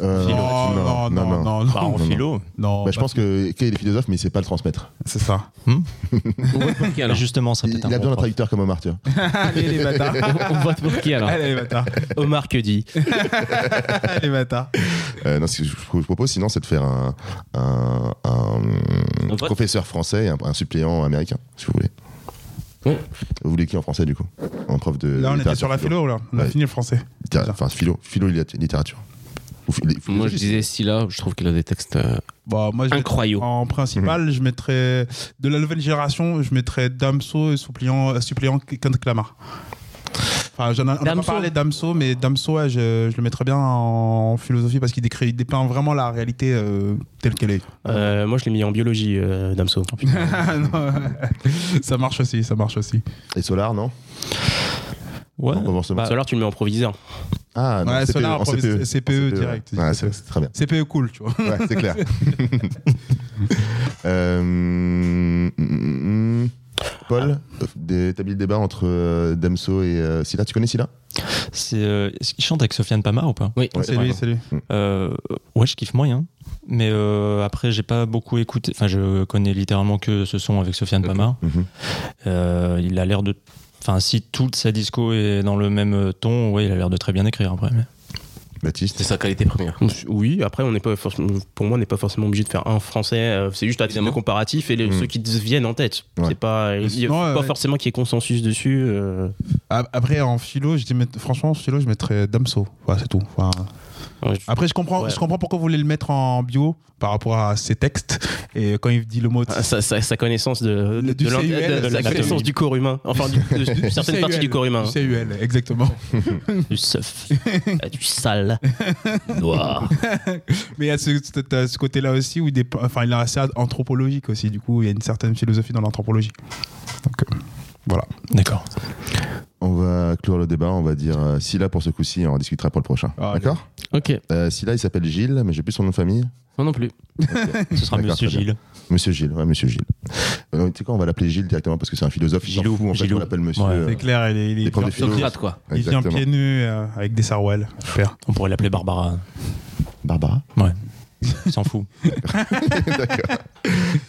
Euh, non, non, non, non, Bah, en non. philo. non, Bah, je bah, pense que Kay est philosophe, mais il sait pas le transmettre. C'est ça. On vote pour qui Alors, alors justement, ça Il, peut il être a un besoin d'un bon prof. traducteur comme Omar, tu vois. Allez, les bâtards. On vote pour qui alors Allez, les bâtards. Omar que dit Allez, les bâtards. Euh, non, ce que je je vous propose, sinon, c'est de faire un, un- un vote professeur français et un, un suppléant américain, si vous voulez. Ouais. Vous voulez qui en français, du coup En prof de. Là, on était Euh, littérature, sur la philo, là. On a Ouais. fini le français. Littéra- Enfin, philo, philo et lit- littérature. Ou philo- Moi, philosophie, je disais Scylla, je trouve qu'il a des textes euh, Bah, moi, je incroyables. En principal, Mhm. je mettrais de la nouvelle génération, je mettrais Damso et suppliant, euh, suppliant Kendrick Lamar. Enfin, j'en ai- on n'a pas Damso. parlé Damso, mais Damso, ouais, je, je le mettrais bien en philosophie parce qu'il décrit, il dépeint vraiment la réalité euh, telle qu'elle est. Euh, moi, je l'ai mis en biologie, euh, Damso. Non, ça marche aussi, ça marche aussi. c'est- Et Solar, non Ouais. Non, pas forcément. Bah, alors, tu le mets en proviseur. Ah, non, Ouais, CPE, Solar, en provis- CPE. CPE, En E E, direct. Ouais, c'est c'est très bien. CPE cool, tu vois. Ouais, c'est clair. Euh, mm, mm, mm. Paul, euh, des- t'as mis le débat entre euh, Damso et euh, Silla. Tu connais Silla C'est, euh, est-ce qu'il chante avec Sofiane Pamar ou pas Oui, Ouais. c'est C'est vrai. lui, c'est lui. Euh, ouais, je kiffe moyen. Mais euh, après, j'ai pas beaucoup écouté. Enfin, je connais littéralement que ce son avec Sofiane Ok. Pamar. Mhm. Euh, il a l'air de. Enfin, si toute sa disco est dans le même ton, ouais, il a l'air de très bien écrire après. mais- Baptiste C'est sa qualité première. Oui, après, on n'est pas forc- pour moi, on n'est pas forcément obligé de faire un français. euh, C'est juste à titre de Évidemment. comparatif et les- Mm. ceux qui te viennent en tête. Ouais. C'est pas, il n'y a sinon, euh, pas ouais. forcément qu'il y ait consensus dessus. euh, A- Après, en philo, je dis, mais- franchement, en philo, je mettrais Damso. Voilà, c'est tout. Enfin, ouais, je- Après, je comprends, Ouais. je comprends pourquoi vous voulez le mettre en bio par rapport à ses textes. Et quand il dit le mot. Ah, sa, sa- sa connaissance de, de, Le- du de l'in- CUL, de- de de la la connaissance CUL. du corps humain, enfin du- de, de- de certaines CUL, parties du corps humain, du hein. CUL, exactement. du seuf, euh, du sale, noir. Mais il y a ce, cet- euh, ce côté-là aussi où il, dép- enfin, il est assez anthropologique aussi. Du coup, il y a une certaine philosophie dans l'anthropologie. Donc, euh, voilà. D'accord. on va clore le débat on va dire euh, Silla pour ce coup-ci et on en discutera pour le prochain Ah, d'accord Ok. euh, Silla il s'appelle Gilles mais j'ai plus son nom de famille Moi non plus. Ce sera D'accord, Monsieur très bien. Gilles. Monsieur Gilles ouais monsieur Gilles Euh, tu sais quoi on va l'appeler Gilles directement parce que c'est un philosophe il s'en Gilou, fout, en fait, Gilou. on l'appelle monsieur Ouais. euh, C'est clair, il, est- il est- les profs de il philo. Socrate, quoi. vient Exactement. pieds nus euh, avec des sarouels. Super. On pourrait l'appeler Barbara. Barbara Il s'en fout. D'accord.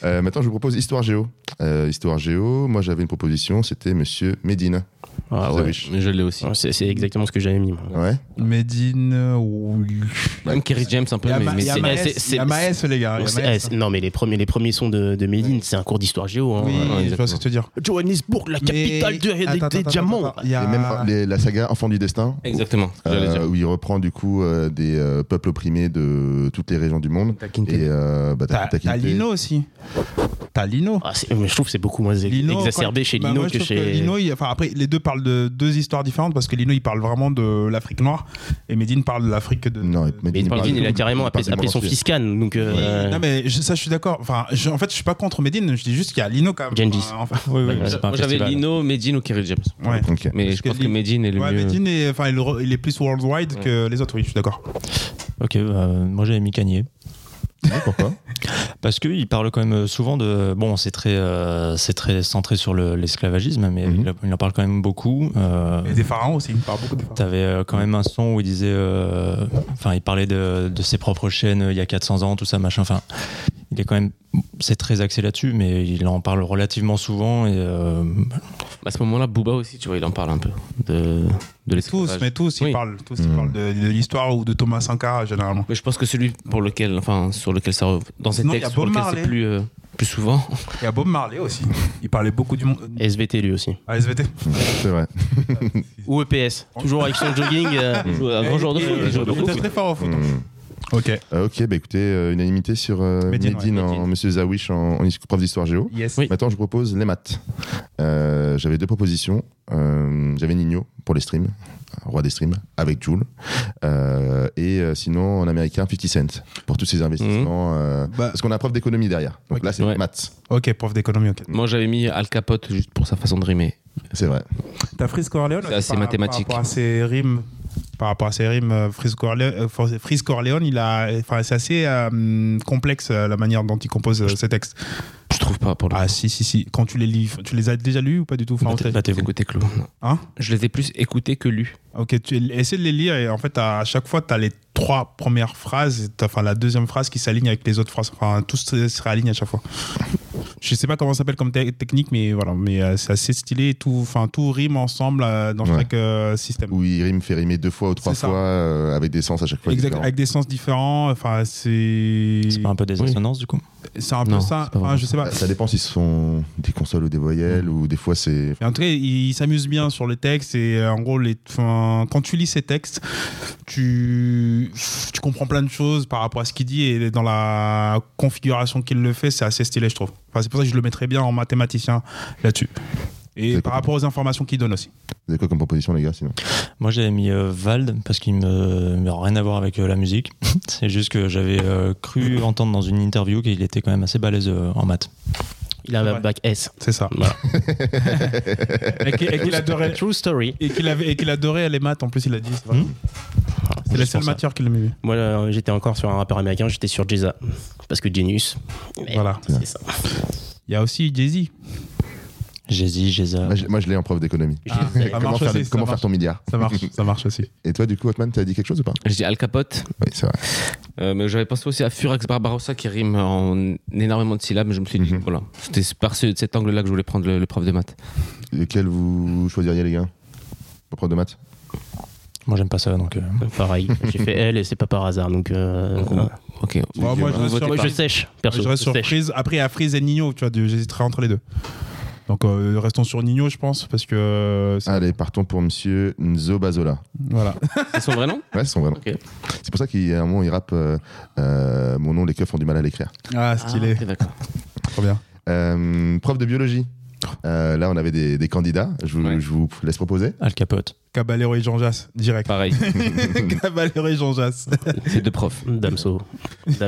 Euh, maintenant, je vous propose Histoire Géo. Euh, histoire Géo, moi j'avais une proposition, c'était Monsieur Médine. Ah The ouais. Wish. Mais je l'ai aussi. Ouais, C'est c'est exactement ce que j'avais mis. moi. Ouais. Medine ou. Même Kerry James un peu, Il y a mais, Ma- mais il y a c'est- Maes, c'est- il y c'est- a Maes, les gars. il y a Donc, c'est- Maes. eh, c'est- non mais les premiers, les premiers sons de, de Médine, c'est un cours d'histoire géo. hein. Oui, Ouais, je vois ce exactement. que tu veux dire. Johannesburg, la capitale Mais- du- des, Attends, des attends, diamants. attends, attends, il y a- Et même euh, les- la saga Enfant du Destin. Exactement. où- j'allais euh, dire. où il reprend du coup euh, des euh, peuples opprimés de toutes les régions du monde. Et euh, bah, T'as t'as- t'as t'as quitté- Lino aussi. T'as Lino. Ah, c'est- mais je trouve que c'est beaucoup moins ex- Lino, exacerbé quand- chez bah, Lino moi, je que trouve chez. Lino, il- enfin, après, les deux parlent de deux histoires différentes parce que Lino, il parle vraiment de l'Afrique noire et Medine parle de l'Afrique de. Non, de- Médine, Mais parle Médine, du- il a carrément il parle appelé, du appelé monde son entier. fils Khan, donc. euh, Non, mais je- ça, je suis d'accord. Enfin, je- en fait, je suis pas contre Medine. Je dis juste qu'il y a Lino quand même. Gengis. Enfin, enfin, Oui, oui, Moi, c'est pas un J'avais festival. Lino, Medine ou Kerry James. ouais. Ok. Mais Parce je que pense que Lin- Medine est le Ouais, mieux. Medine, est- enfin, il, re- il est plus worldwide que les autres. Oui, je suis d'accord. Ok, euh, moi j'avais mis Cagné. Ouais, Pourquoi Parce qu'il parle quand même souvent de. Bon, c'est très, euh, c'est très centré sur le- l'esclavagisme, mais Mhm. il en- il en parle quand même beaucoup. euh, Et des pharaons aussi. Il parle beaucoup des pharaons. T'avais euh, quand même un son où il disait, euh, enfin, il parlait de, de ses propres chaînes euh, il y a 400 ans, tout ça, machin. Enfin, il est quand même, c'est très axé là-dessus, mais il en parle relativement souvent. Et euh, À ce moment-là, Booba aussi, tu vois, il en parle un peu de, de Tous, l'esclavage. mais tous, ils Oui. parlent. Tous, ils Mm. parlent de, de l'histoire ou de Thomas Sankara généralement. Mais je pense que celui pour lequel, enfin, sur lequel ça, rev- dans ses Sinon, il y a textes, Bob pour lequel Marley. c'est plus, euh, plus souvent. Il y a Bob Marley aussi. Il parlait beaucoup du monde. SVT lui aussi. À SVT. Mm. C'est vrai. Ou EPS. Toujours avec son jogging. euh, Un grand joueur de foot, il joue beaucoup. Il était très fort Mm. au foot. Hmm. Ok. Euh, ok, bah écoutez, euh, unanimité sur euh, Médine, Médine, ouais, en Médine. Monsieur Zawish en, en prof d'histoire géo. Yes. Oui. Maintenant, je vous propose les maths. Euh, j'avais deux propositions. Euh, j'avais Nino pour les streams, roi des streams, avec Joule. Euh, et euh, sinon, en américain, 50 Cent, pour tous ces investissements. euh, Bah- parce qu'on a un prof d'économie derrière. Donc Ok. là, c'est Ouais. maths. Ok, prof d'économie, ok. Moi, j'avais mis Al Capote juste pour sa façon de rimer. C'est vrai. T'as Frisco Corleone C'est aussi, assez par- mathématique. Par rapport à ses rimes, par rapport à ses rimes, euh, Frisco Corleone, euh, for- Frisco Corleone, il a, enfin, c'est assez euh, complexe euh, la manière dont il compose euh, ses textes. Je trouve pas pour le Ah si si si. Quand tu les lis, tu les as déjà lus ou pas du tout Enfin, battez- on t'a- battez-vous. Écoutez, Clou. Hein Je les ai plus écoutés que lus. Ok, tu essaies de les lire et en fait à chaque fois tu as les trois premières phrases, et t'as- enfin la deuxième phrase qui s'aligne avec les autres phrases, enfin tout se, se réaligne à chaque fois. Je sais pas comment ça s'appelle comme te- technique, mais voilà, mais euh, c'est assez stylé, et tout, enfin tout rime ensemble euh, dans Ouais. chaque euh, système. Où il rime, fait rimer deux fois ou trois C'est ça. fois euh, avec des sens à chaque fois. Exact, différents. avec des sens différents, enfin c'est c'est pas un peu des Oui. assonances du coup c'est un peu Non, ça, c'est pas enfin, vrai. je sais pas. Bah, Ça dépend si ce sont des consoles ou des voyelles ou des fois c'est. Mais en tout cas, il, il s'amuse bien sur les textes et euh, en gros, les, enfin, quand tu lis ces textes, tu, tu comprends plein de choses par rapport à ce qu'il dit et dans la configuration qu'il le fait, c'est assez stylé, je trouve. Enfin, c'est pour ça que je le mettrais bien en mathématicien là-dessus. Et D'accord. par rapport aux informations qu'il donne aussi. Vous avez quoi comme proposition, les gars, sinon Moi j'avais mis euh, Vald parce qu'il me il a rien à voir avec euh, la musique. c'est juste que j'avais euh, cru entendre dans une interview qu'il était quand même assez balèze euh, en maths. Il a C'est un vrai. bac S. C'est ça. Voilà. et qu'il et qu'il adorait. True story. Et qu'il avait- et qu'il adorait les maths, en plus, il a dit. C'est vrai. Hmm. C'est la Juste seule pour ça. matière qu'il aimait. bien. Moi, là, j'étais encore sur un rappeur américain, j'étais sur Jeza. Parce que Genius. Mais Voilà. C'est ça. Il y a aussi Jay-Z. Jésus, Jésus. Moi, je, moi, je l'ai en prof d'économie. Ah, ça comment marche faire, aussi, des- ça comment faire marche. ton milliard Ça marche, ça marche aussi. Et toi, du coup, Hotman, t'as dit quelque chose ou pas Je dis Al Capote, Oui, c'est vrai. euh, mais j'avais pensé aussi à Furax Barbarossa qui rime en énormément de syllabes, mais je me suis dit, Mhm. voilà, c'était par ce- cet angle-là que je voulais prendre le, le prof de maths. Lequel vous choisiriez, les gars Pour prof de maths Moi, j'aime pas ça, donc. euh, Ah. Pareil, j'ai fait L et c'est pas par hasard. Donc, euh, Donc, voilà. Ok. Moi, moi, je Vous reste votez sur, moi, pas. je sèche, perso. je reste sur sèche. Freeze. Après, à Freeze et Nino, tu vois, de- j'hésiterai entre les deux. Donc, euh, restons sur Nino, je pense, parce que. euh, c'est- Allez, partons pour monsieur Nzo Bazola. Voilà. C'est son vrai nom Ouais, c'est son vrai nom. Ok. C'est pour ça qu'il y a un moment, il rappe euh, euh, Mon nom, les keufs ont du mal à l'écrire. Ah, stylé. Ah, ok, d'accord. Trop bien. Euh, prof de biologie. Euh, là, on avait des, des candidats. Je vous, Ouais. je vous laisse proposer. Al Capote. Caballero et Jean Jass, direct. Pareil, Caballero et Jean Jass. c'est deux profs. Damso.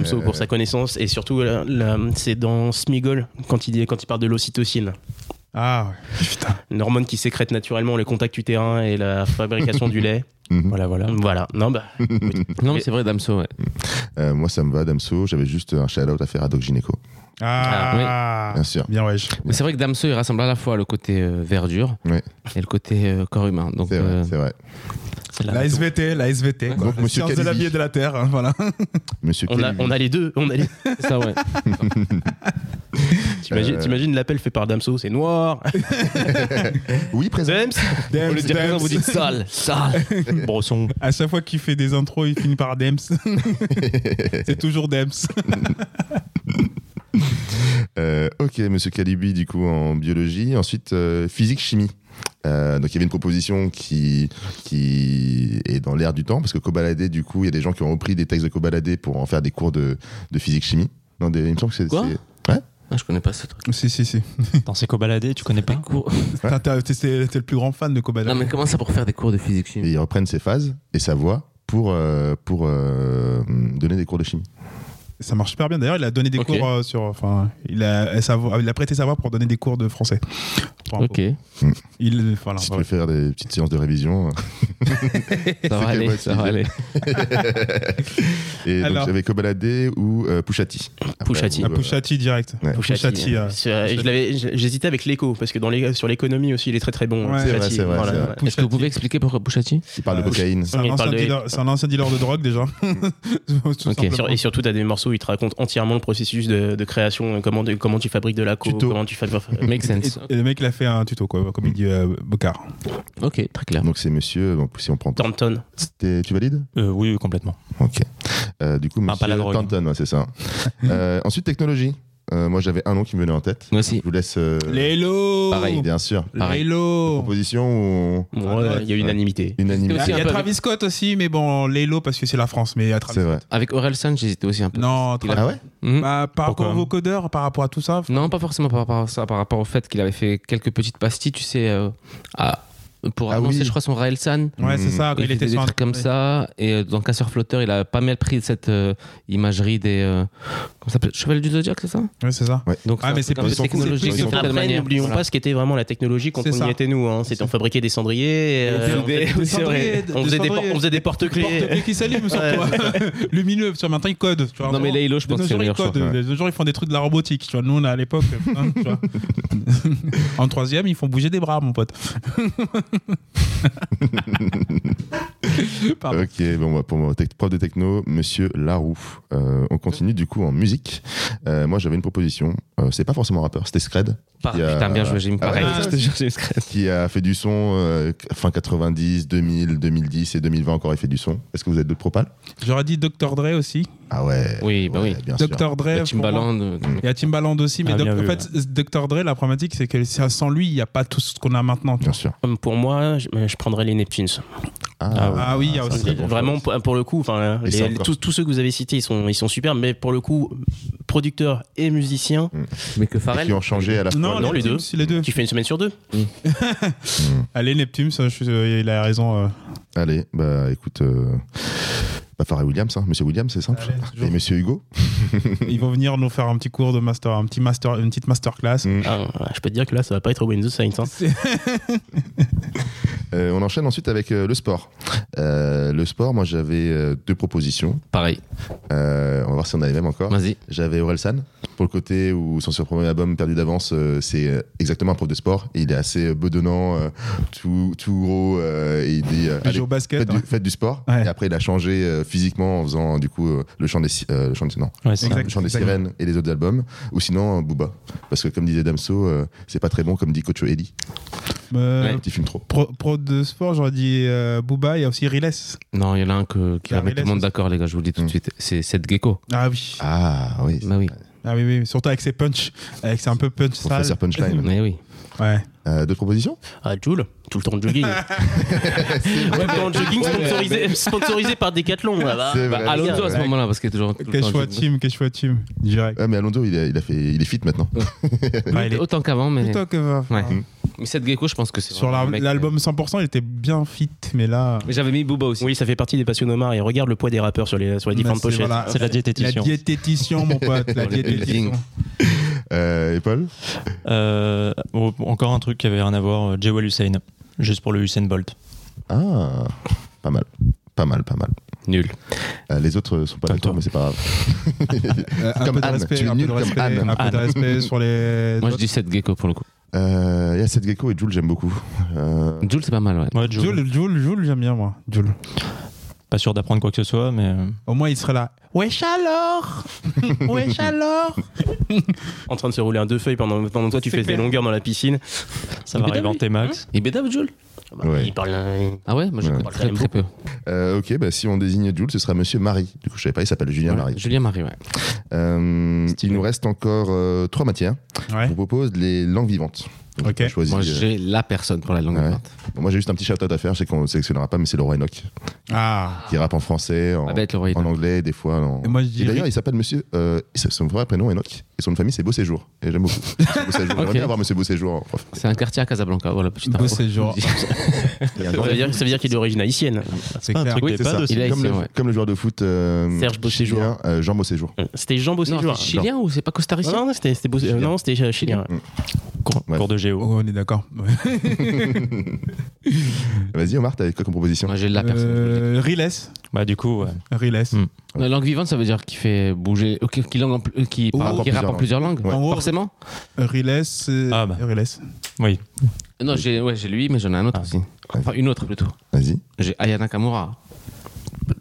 Damso pour sa connaissance et surtout la- la- c'est dans Smigol quand il, dit- quand il parle de l'ocytocine, Ah, ouais. putain. une hormone qui sécrète naturellement le contact utérin et la fabrication du lait. Mhm. Voilà, voilà. Voilà, non bah Non, mais c'est vrai, Damso, ouais. Euh, moi, ça me va, Damso. J'avais juste un shout-out à faire à Doc Gineco. Ah, Bien sûr. Bien, wesh. Mais c'est vrai que Damso, il rassemble à la fois le côté euh, verdure Ouais. et le côté euh, corps humain. Donc, C'est vrai, euh, c'est vrai. C'est La la SVT, la SVT. quoi. Donc, la monsieur science de la Calvi. vie et de la terre, hein, voilà. Monsieur on a, Kelly. on a les deux, on a les c'est ça, ouais. T'imagines Euh. t'imagines l'appel fait par Damso, c'est noir. Oui, présent. Dams, Dems, Au lieu de dire Dems. présent, vous dites sale, sale. Brosson. À chaque fois qu'il fait des intros, il finit par Dems. c'est toujours Dems. Euh, ok, monsieur Calibi, du coup, en biologie. Ensuite, euh, physique-chimie. Euh, donc, il y avait une proposition qui, qui est dans l'air du temps, parce que Cobaladé, du coup, il y a des gens qui ont repris des textes de Cobaladé pour en faire des cours de, de physique-chimie. Non, des, il me semble que c'est. Quoi c'est- Ah, je connais pas ce truc. si, si, si. Dans Seco Baladé, tu connais pas Cours- T'as- t'as- T'es t'es- t'es le plus grand fan de Kobayashi. Non, mais comment ça pour faire des cours de physique Et chimie ils reprennent ses phases et sa voix pour, euh, pour euh, donner des cours de chimie. Ça marche super bien. D'ailleurs, il a donné des Ok. cours euh, sur. Enfin, il a, elle savo- il a prêté sa voix pour donner des cours de français. Pour un Ok, peu. Il, voilà, si tu voilà. veux faire des petites séances de révision. ça va C'est aller, quelle ça va aller. Et donc, Alors. j'avais Cobaladé ou euh, Pouchati. Après, Pouchati. vous, Ah, euh, Pouchati direct. Ouais. Pouchati, Pouchati, euh, C'est, euh, je l'avais- J'hésitais avec l'écho parce que dans les, sur l'économie aussi il est très très bon. hein. Ouais. C'est vrai, c'est vrai, c'est vrai. Est-ce que vous pouvez expliquer pourquoi Pouchati Il parle de Euh, cocaïne. C'est un, Il ancien parle de- dealer- c'est un ancien dealer de drogue déjà. Hmm. Tout simplement. Sur- et surtout, t'as des morceaux où il te raconte entièrement le processus de, de création, euh, comment, de- comment tu fabriques de la co, Tuto. comment tu euh, fabriques. Make Et, sense. et le mec, il a fait un tuto, quoi, comme il dit euh, Bocard. Ok, très clair. Donc c'est monsieur, bon, si on prend... Thornton. C'était- Tu valides Euh, Oui, oui, complètement. Ok. Euh, du coup, Ah, monsieur pas la drogue. Tanton, ouais, c'est ça. Euh, ensuite, technologie. Euh, moi, j'avais un nom qui me venait en tête. Moi aussi. Je vous laisse... euh, Lélo Pareil. Bien sûr. Pareil. Lélo Proposition ou Bon, Ah, ouais, ouais. il y a unanimité. unanimité Aussi Il y un a peu Travis Scott aussi, mais bon, Lélo parce que c'est la France, mais à Travis C'est vrai. Avec Aurel San, j'hésitais aussi un peu. Non, Il a- Travis- Ah ouais Mhm. Bah, par Pourquoi rapport aux vocodeurs, par rapport à tout ça. Non, pas forcément par rapport à ça, par rapport au fait qu'il avait fait quelques petites pastilles, tu sais, euh, à- pour Ah annoncer, oui. je crois, son Rael San. Ouais, c'est ça. quand Hmm. Ah, Il, il faisait était des sur un- trucs comme ça, et euh, dans Casseur Flotteur, il a pas mal pris cette euh, imagerie des. euh, comment ça s'appelle Chevalier du Zodiac, c'est ça Ouais, c'est ça. Donc, Ah, mais c'est un plus- peu c'est plus- technologique c'est d'une plus- certaine Après, manière. n'oublions Voilà. pas ce qu'était vraiment la technologie quand C'est on ça. y était nous. Hein. C'était on fabriquait des cendriers, euh, on, des- faisait- des c'est vrai. cendriers, on des faisait des, por- cendriers. on faisait des Porte-clés porte-clés. qui s'allument sur Ouais. toi. Lumineux. Sur maintenant, ils codent. tu vois, Non, mais vraiment. Laylo, je pense De que nos c'est jours, ils le meilleur choix. codent. ouais. De nos jours, ils font des trucs de la robotique. Tu vois, nous, on a à l'époque. hein, tu vois. en troisième, ils font bouger des bras, mon pote. Pardon. Ok, bon, bah, pour moi, tec- prof de techno, monsieur Laroux. Euh, on continue du coup en musique. Euh, moi, j'avais une proposition. Euh, c'est pas forcément un rappeur, c'était Scred Par- Il y a- Putain, bien joué, j'ai mis Ah ouais, pareil. ouais, Je te jure, j'ai mis Scred. qui a fait du son euh, fin 90, 2000, 2010 et 2020 encore. Il fait du son. Est-ce que vous êtes d'autres propales J'aurais dit Dr. Dre aussi. Ah ouais. Oui, bah Ouais, oui. Bien sûr. Dr. Dre. Le pour moi. Timbaland. euh, Il y a Timbaland aussi, mais Ah, Doc- bien en vu, fait, Dr. Dre, la problématique, c'est que ça- sans lui, il n'y a pas tout ce qu'on a maintenant. tu Bien vois. sûr. Comme Pour moi, je, je prendrais les Neptunes. Ah ouais. Ah oui, il y a ça, aussi. c'est bon Vraiment, choix. pour, pour le coup, enfin, Et les- c'est encore- tous, tous ceux que vous avez cités, ils sont, ils sont superbes, mais pour le coup, producteurs et musiciens, Mais que Et qui Pharrell. ont changé à la fois. Non, Non, les Neptune, deux. c'est les deux. tu fais une semaine sur deux. Allez, Neptune, ça, je suis- euh, il a raison. euh. Allez, bah écoute. euh, Bah, Pharrell Williams, hein. Monsieur Williams, c'est simple. Allez, Ah, toujours. Et Monsieur Hugo. Ils vont venir nous faire un petit cours de master, un petit master, une petite masterclass. Mm. Ah, je peux te dire que là, ça va pas être Windows Science. hein. Euh, on enchaîne ensuite avec euh, le sport. Euh, le sport, moi j'avais euh, deux propositions. Pareil. Euh, on va voir si on a les mêmes encore. Vas-y. J'avais Orelsan pour le côté où son surpremier album Perdu d'avance, euh, c'est euh, exactement un prof de sport. Et il est assez euh, bedonnant, euh, tout, tout gros. euh, et il dit euh, Il allez, joue au basket. hein. faites, du, faites du sport. Ouais. Et après, il a changé euh, physiquement en faisant du coup euh, le chant des, si- euh, le chant des- non, Ouais, c'est Exact. le chant des exactement. sirènes et les autres albums. Ou sinon euh, Booba, parce que comme disait Damso, euh, c'est pas très bon comme dit Coach Eli. Euh, Ouais. Petit film trop. pro, pro de sport, j'aurais dit euh, Booba, il y a aussi Riles. Non, il y en a un que- qui va Carré mettre tout le monde laisse. d'accord, les gars, je vous le dis tout Mm. de suite. C'est Seth Gecko. Ah oui. Ah oui. Bah oui, Ah oui, oui, surtout avec ses punch, avec ses un peu punch sale. Professeur Punchline. mais oui. Ouais. Euh, D'autres propositions Ah, Jules, tout le temps de jogging. tout le temps de jogging Ouais, mais- sponsorisé, sponsorisé par Decathlon. là, bah. C'est Bah, vrai. Alonso à ce Ouais. moment-là, parce qu'il est toujours. tout le temps Quechua chez- team, Quechua team, direct. Ouais, Ah, mais Alonso, il, a- il a fait, il est fit maintenant. Ouais, il est Autant qu'avant, mais. plutôt que va. Ouais. Mais Seth Gecko, je pense que c'est. Mm. Sur vraiment la- un mec- l'album 100%, il était bien fit, mais là. Mais j'avais mis Booba aussi. Oui, ça fait partie des passions d'Omar et regarde le poids des rappeurs sur les, sur les Mais différentes Bah, c'est- pochettes. voilà. c'est la La diététicienne. diététicienne, mon pote. La Dans le diététicienne. building. Euh, et Paul Euh, oh, encore un truc qui avait rien à voir, euh, Jewel Hussein, juste pour le Hussein Bolt. Ah, pas mal. Pas mal, pas mal. Nul. Euh, les autres sont pas Attends. d'accord, mais c'est pas grave. Euh, un Comme peu de Anne, tu respect, es un peu nul de comme respect, Anne. un peu de Anne. respect sur les. Moi, je dis Seth Gecko pour le coup. euh, il y a Seth Gecko et Jules, j'aime beaucoup. Euh, Jules, c'est pas mal, ouais. Ouais, Jewel, Jules, Jules, Jules, j'aime bien, moi. Jules. pas sûr d'apprendre quoi que ce soit, mais euh, Au moins, il serait là. Wesh alors Wesh alors En train de se rouler un deux feuilles pendant, pendant toi, tu C'est fais clair. des longueurs dans la piscine. bah, ça va Mais arriver en oui. T-Max. Il bédave, Jules Ouais. Il parle. Ah ouais Moi, je Ouais. connais très, très peu. euh, ok, bah, si on désigne Jules, ce sera Monsieur Marie. Du coup, je savais pas, il s'appelle Julien Ouais, Marie. Julien Marie, ouais. Euh, il Stylé. nous reste encore euh, trois matières. Ouais. On propose les langues vivantes. Donc, Ok. j'ai choisi, Moi, euh, j'ai la personne pour la langue ouais. vivante. bon, moi, j'ai juste un petit shout-out à faire. Je sais qu'on ne sélectionnera pas, mais c'est Laurent Enoch Ah. qui rappe en français, en, Ah, bête, le roi. en anglais, des fois. En... Et moi, je Et d'ailleurs, dirais. il s'appelle Monsieur. euh, c'est son vrai prénom, Enoch. Et son nom de famille, c'est Beau Séjour. Et j'aime beaucoup. Monsieur Beau Séjour. J'aimerais Ok. bien avoir Monsieur Beau Séjour en prof. C'est un quartier à Casablanca, Oh, voilà. Petit Beau séjour. Et un Ça grand- veut dire, ça veut dire qu'il est d'origine haïtienne. C'est Pas un clair. truc Oui, des c'est pads ça. aussi. Il a comme, essayé, le, ouais. comme le joueur de foot. euh, Serge Beau Séjour. chilien, euh, Jean Beau Séjour. C'était Jean Bossé Non, Joueur. c'est chilien ou c'est pas costaricien Non, non, c'était c'était Bossé- euh, non, c'était euh, chilien. Cours, Ouais. cours de géo. Oh, on est d'accord. Ouais. Vas-y, Omar, t'avais quoi comme proposition Moi, j'ai la personne. je vous le dis. Euh, Riles. Bah du coup, ouais. Riles. La langue vivante, ça veut dire qu'il fait bouger, euh, qui, qui langue en pl- euh, qui, Ou- pardon, qui plusieurs rappe en langues. plusieurs langues, Ouais. En gros, forcément. Riles. euh, Ah, bah. Riles. Non, j'ai ouais, j'ai lui, mais j'en ai un autre Ah. aussi. Enfin, une autre plutôt. Vas-y. J'ai Ayana Kamura.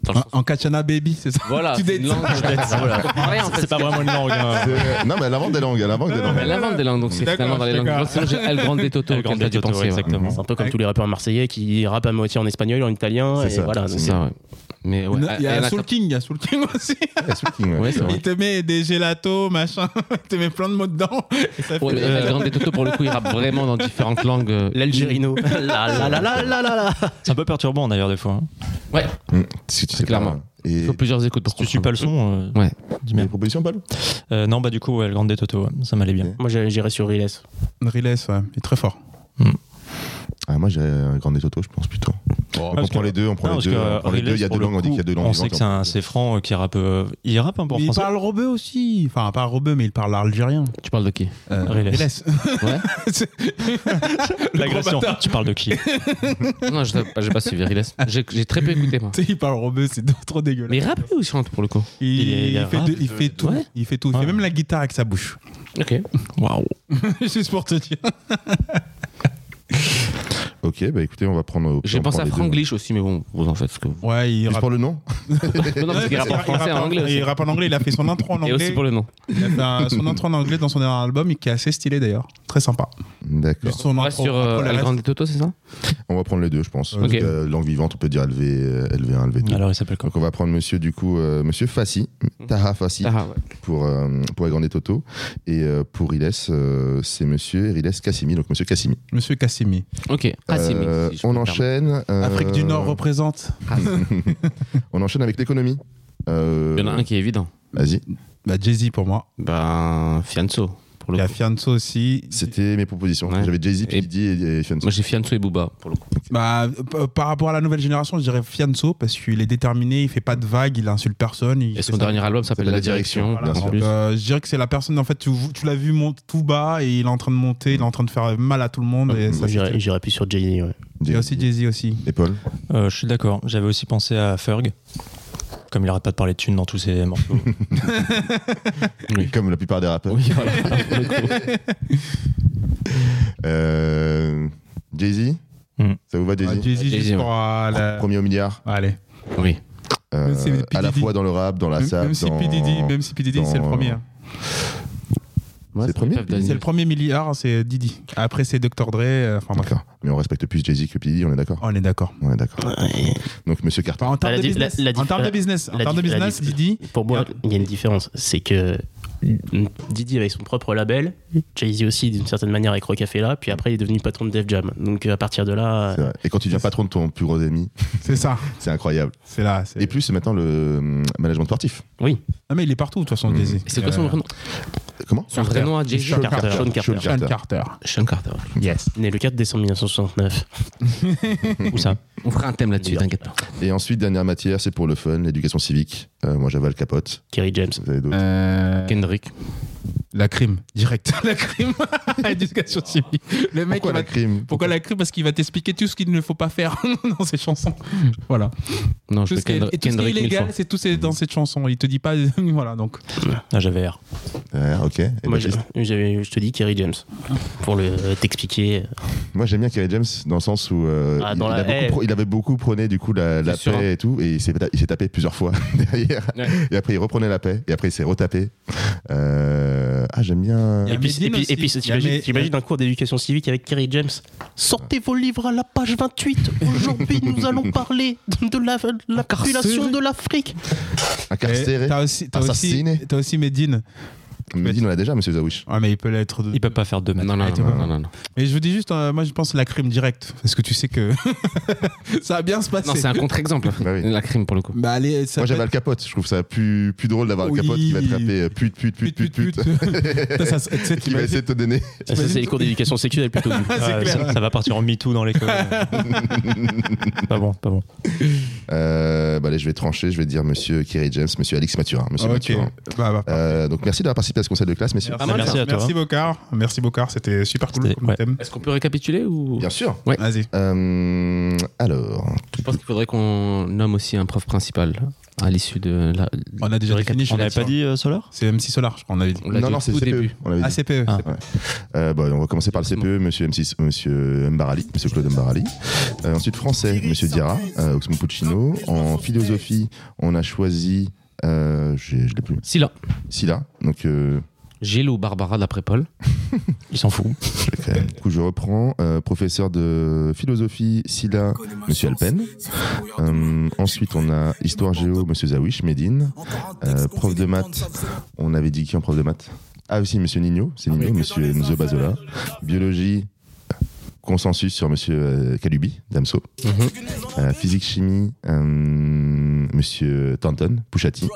Dans le En, sens- en Kachana Baby, c'est ça Voilà, Ah. Tu c'est dates une langue. Voilà. Je comprends rien, en fait. C'est pas vraiment une langue. hein. Euh, non, mais à l'avant des langues. À l'avant des Elle langues. invente des langues, donc c'est D'accord, finalement dans les langues. d'accord. vivantes. Sinon, j'ai El Grande Toto, Elle auquel grande t'as dû Toto, penser, ouais. exactement. Mhm. C'est un peu comme tous les rappeurs marseillais qui rappent à moitié en espagnol, en italien. C'est Et ça, voilà, c'est donc C'est ça, ouais. Mais ouais, Non, Il y a Ayana Soul Kam- King, il y a Soul King aussi. Ouais, Soul King, ouais. Ouais, c'est vrai. Il te met des gélatos, machin. Il te met plein de mots dedans. Et ça fait- Ouais, mais El Grande Toto, pour le coup, il rappe vraiment dans différentes langues. euh, L'Algérino. la la la la la la la. C'est un peu perturbant d'ailleurs des fois. hein. Ouais, Hum, parce que tu sais Clairement. pas, Et il faut plusieurs écoutes pour Tu suis pas le comprendre. son. euh, Ouais. dis les merde. propositions, Paul Euh, non, bah du coup, ouais, le Grande des Toto, ouais, ça m'allait bien. Moi, j'ai- j'irais sur Riles. Riles, ouais, il est très fort. ah, Moi, j'ai un grand des Toto, je pense plutôt. Donc, on parce prend que- les deux, on prend Non, les parce deux. que, on euh, prend les deux, Riles, Il y a pour deux le langues, on dit coup, qu'il y a deux langues. On sait que vivantes. c'est un- c'est franc euh, qui rappe. euh, il rappe un peu en Mais il français. parle rebeu aussi. Enfin, pas rebeu, mais il parle algérien. Tu parles de qui Euh, Riles. Ouais. L'agression. bâtard. Tu parles de qui Non, je j'ai pas suivi Riles. J'ai j'ai très peu écouté, moi. Tu sais, il parle rebeu, c'est trop dégueulasse. Mais il rappe ou il chante pour le coup Il, Il est- il il fait, rappe, de- il fait tout. ouais. Il fait tout. Il Ouais. fait même la guitare avec sa bouche. Ok. Waouh. Juste pour te dire. Ok, bah écoutez, on va prendre. J'ai on pensé prend à les deux. Franglish aussi, mais bon, vous en faites ce que vous. Ouais, il Juste rappe. pour le nom Non, non, parce qu'il rappe en français, hein. en anglais aussi. Il rappe en anglais. Il a fait son intro en Et aussi anglais. pour le nom. Il a fait un- son intro en anglais dans son dernier album, et qui est assez stylé d'ailleurs. Très sympa. D'accord. Juste son On reste intro. sur Après, euh, le El reste- Grande Toto, c'est ça On va prendre les deux, je pense. Ok. Parce que, euh, langue vivante, on peut dire LV, euh, LV1, LV2. Alors il s'appelle comment Donc on va prendre monsieur du coup euh, monsieur Fassi, Taha Fassi Ah, ouais. pour euh, pour Agrandé Toto et euh, pour Riles euh, c'est monsieur Riles Kassimi donc monsieur Kassimi. Monsieur Kassimi. Ok. Ah, si, mais Euh, si, je on peux me permettre. enchaîne euh, Afrique du Nord représente. on enchaîne avec l'économie. Euh, Il y en a un qui est évident. Vas-y. Bah, Jay-Z pour moi. Ben, Fianso. Pour Il y le a coup. Fianso aussi. C'était mes propositions. Ouais. J'avais Jay-Z, Et- P. Diddy et, et Fianso. Moi, j'ai Fianso et Booba, pour le coup. Bah, p- par rapport à la nouvelle génération, je dirais Fianso parce qu'il est déterminé, il fait pas de vagues, il insulte personne. il Et fait son ça. dernier album s'appelle La Direction. Voilà, bien en donc, plus. euh, je dirais que c'est la personne, en fait, tu, tu l'as vu monte tout bas et il est en train de monter, il est en train de faire mal à tout le monde. Et Mhm. Euh, ça, Moi, J'irais j'irais plus sur Jay-Z. ouais. Il y a aussi Jay-Z aussi. Et Paul Euh, je suis d'accord. J'avais aussi pensé à Ferg. Comme il arrête pas de parler de thunes dans tous ses morceaux. Oui. Comme la plupart des rappeurs. Oui, voilà. Pour le coup. Euh, Jay-Z Mm. Hmm. Ça vous va, Jay-Z Ah, Jay-Z, Jay-Z, juste ouais. pour euh, la- Premier au milliard Allez. Oui. Euh, Même si P. à la Diddy. fois dans le rap, dans la Même, salle. même si dans- P. Diddy, même si P. Diddy, c'est le dans- premier. hein. c'est le premier Pev Daniel. C'est le premier milliard, hein, c'est Diddy. Après, c'est Dr. Dre. euh, Enfin, bref. D'accord. Mais on respecte plus Jay-Z que P. Diddy, on est d'accord On est d'accord. On est d'accord. Donc, Monsieur Carter. Enfin, en termes Ah, la de di- business, la- la en dif- termes de la- business, en la termes de dif- la business, dif- Diddy, Pour moi, il y a une différence. C'est que Diddy avait son propre label, Jay-Z aussi d'une certaine manière avec Rockefeller, puis après il est devenu patron de Def Jam. Donc à partir de là, C'est vrai. Et quand tu deviens patron de ton plus gros ami, c'est ça. c'est incroyable. C'est là. c'est- Et plus, c'est maintenant le hum, management sportif. Non, mais il est partout, de toute façon, Mm. Jay-Z. C'est quoi son Euh, vrai nom Comment Son vrai nom à Jay-Z Sean Carter. Sean Carter. Sean Sean Carter. Carter. Sean Carter. Yes. Né le 4 décembre 1969. Ou ça. On fera un thème là-dessus, t'inquiète pas. Et ensuite, dernière matière, c'est pour le fun, l'éducation civique. Euh, moi, j'avais le capote. Kerry James. Vous avez d'autres Euh, Kendrick. la crime, direct. la crime. Éducation civique. Le mec, Pourquoi il va- la crime Pourquoi la crime Parce qu'il va t'expliquer tout ce qu'il ne faut pas faire dans ses chansons. Voilà. Non, je Tout veux ce qui est, et Kendrick, tout ce qui est Kendrick mille fois. illégal, c'est tout c'est dans cette chanson. Il te dit pas. voilà, donc. Ah, J'avais R. Ah, Ok. Et Moi, Baptiste j'ai- j'avais- je te dis Kerry James. Pour le euh, t'expliquer. Moi, j'aime bien Kerry James dans le sens où euh, Ah, il, dans il la- a beaucoup eh. pro- il avait beaucoup prôné du coup la, la C'est sûr, paix hein. et tout, et il s'est, ta- il s'est tapé plusieurs fois derrière. Ouais. Et après, il reprenait la paix, et après, il s'est retapé. Euh, Ah, j'aime bien. Il y a Et puis, Medine et puis, aussi. et puis, Il y a t'imagines Med- t'imagines un cours d'éducation civique avec Kerry James. Sortez vos livres à la page 28. Aujourd'hui, nous allons parler de la, la population de l'Afrique. Incarcéré. Et T'as aussi, t'as aussi, Assassiné. t'as aussi Medine. Mais dit, on l'a déjà, monsieur Zawish. Ouais, Ah, mais il peut l'être. de- Il peut pas faire deux mètres. Non, non, Ah, tu non, vois. non, non, non. Mais je vous dis juste, euh, moi je pense la crime directe, parce que tu sais que ça va bien se passer. Non, c'est un contre-exemple. Bah oui. La crime, pour le coup. Bah, allez, ça Moi, peut j'avais être- le capote. Je trouve ça plus, plus drôle d'avoir Oui. le capote qui va te taper euh, pute, pute, pute, pute, pute. Ça, ça, tu sais, Qui va t'imagines- essayer de te donner. Ça, c'est les cours d'éducation sexuelle plutôt. du coup. Ah, c'est Ah, clair. ça, ça va partir en MeToo dans l'école. pas bon, pas bon. Euh, bah, allez, je vais trancher. Je vais dire monsieur Kerry James, monsieur Alix Mathurin. Monsieur Ok. Mathurin. Bah, bah, Euh, donc, Ah, merci d'avoir participé à ce conseil de classe, messieurs. Ah, merci à toi, Merci Bocard. Merci Bocard, c'était super cool C'était- comme ouais. thème. Est-ce qu'on peut récapituler ou Bien sûr. Vas-y. Euh, alors, Je pense qu'il faudrait qu'on nomme aussi un prof principal à l'issue de la. On a déjà Je fini. On je n'avait suis pas dit euh, Solar C'est MC Solar, je crois, on avait dit. On l'a dit non, au non, c'est tout CPE. début. E, On l'avait dit. Ah, CPE. Ah. Euh, bah, on va commencer par le Doucement. CPE, monsieur, M6, monsieur Mbarali, monsieur Claude Mbarali. Euh, ensuite, français, monsieur Diarra, euh, Oxmo Puccino. En philosophie, on a choisi. Euh, j'ai- je l'ai plus. Silla. Silla. Donc, euh, Gélo Barbara d'après Paul. Il s'en fout. je, vais créer. Du coup, je reprends. Euh, professeur de philosophie, Silla, monsieur Alpen. Euh, ensuite, on a histoire géo, monsieur Zawish, Medine. Euh, prof de maths, on avait dit qui en prof de maths Ah aussi, monsieur Nino, c'est Nino, monsieur Enzo Bazola. Biologie, consensus sur monsieur euh, Kalubi, Damso. Euh, physique chimie, euh, monsieur Tanton, Pouchati.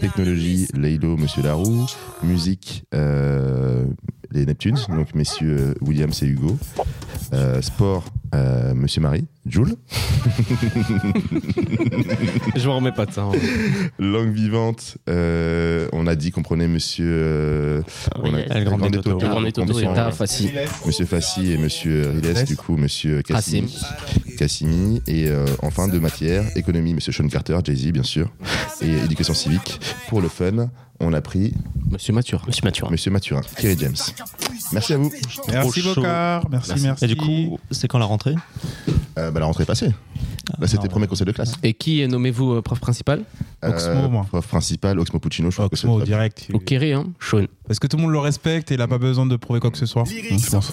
Technologie, Leilo, monsieur Larou. Musique, euh, les Neptunes, donc messieurs euh, Williams et Hugo. Euh, sport, euh, monsieur Marie, Jules. Je m'en remets pas de ça. hein. Langue vivante, euh, on a dit qu'on prenait monsieur. euh, on a- El Grande Grande Toto. Toto. El Grande Donc, on Toto et descend- Ta Fassi. Monsieur Fassi et Monsieur Riles, Riles. du coup, Monsieur Cassim. Cassini. Cassini. Et euh, enfin, de matière, économie, Monsieur Sean Carter, Jay-Z, bien sûr. Et éducation civique. Pour le fun, on a pris Monsieur Mathur. Monsieur Mathurin. Monsieur Mathurin, Kerry James. Merci à vous. Merci chaud. Bocard. Merci, merci. Et du coup, c'est quand la rentrée Euh, bah, la rentrée est passée. Là, c'était non. le premier conseil de classe. Et qui est nommez-vous euh, prof principal Oxmo, moi. Prof Euh, principal, Oxmo Puccino, je trouve que c'est Oxmo, le- direct. Au Kerry, hein Sean. Parce que tout le monde le respecte et il a pas besoin de prouver quoi que ce soit. Je pense.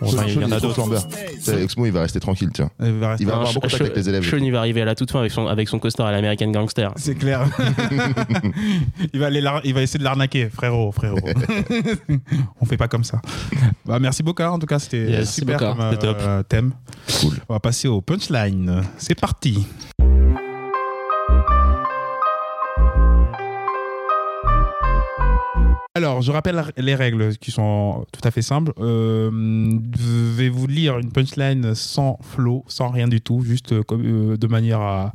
Enfin, Il y en a d'autres. Lambert. Tu sais, Oxmo, il va rester tranquille, tiens. Il va rester- Il va avoir Sean- beaucoup de contact avec les élèves. Sean, il va arriver à la toute fin avec son, avec son costard à l'American Gangster. C'est clair. il, va aller lar- il va essayer de l'arnaquer, frérot, frérot. On fait pas comme ça. Bah, merci Bocard, en tout cas, c'était Yes, super Bocard, comme, euh, c'était top. thème. Cool. On va passer au punchline. C'est parti. Alors, je rappelle les règles qui sont tout à fait simples. Euh, je vais vous lire une punchline sans flow, sans rien du tout, juste euh, comme, euh, de manière à,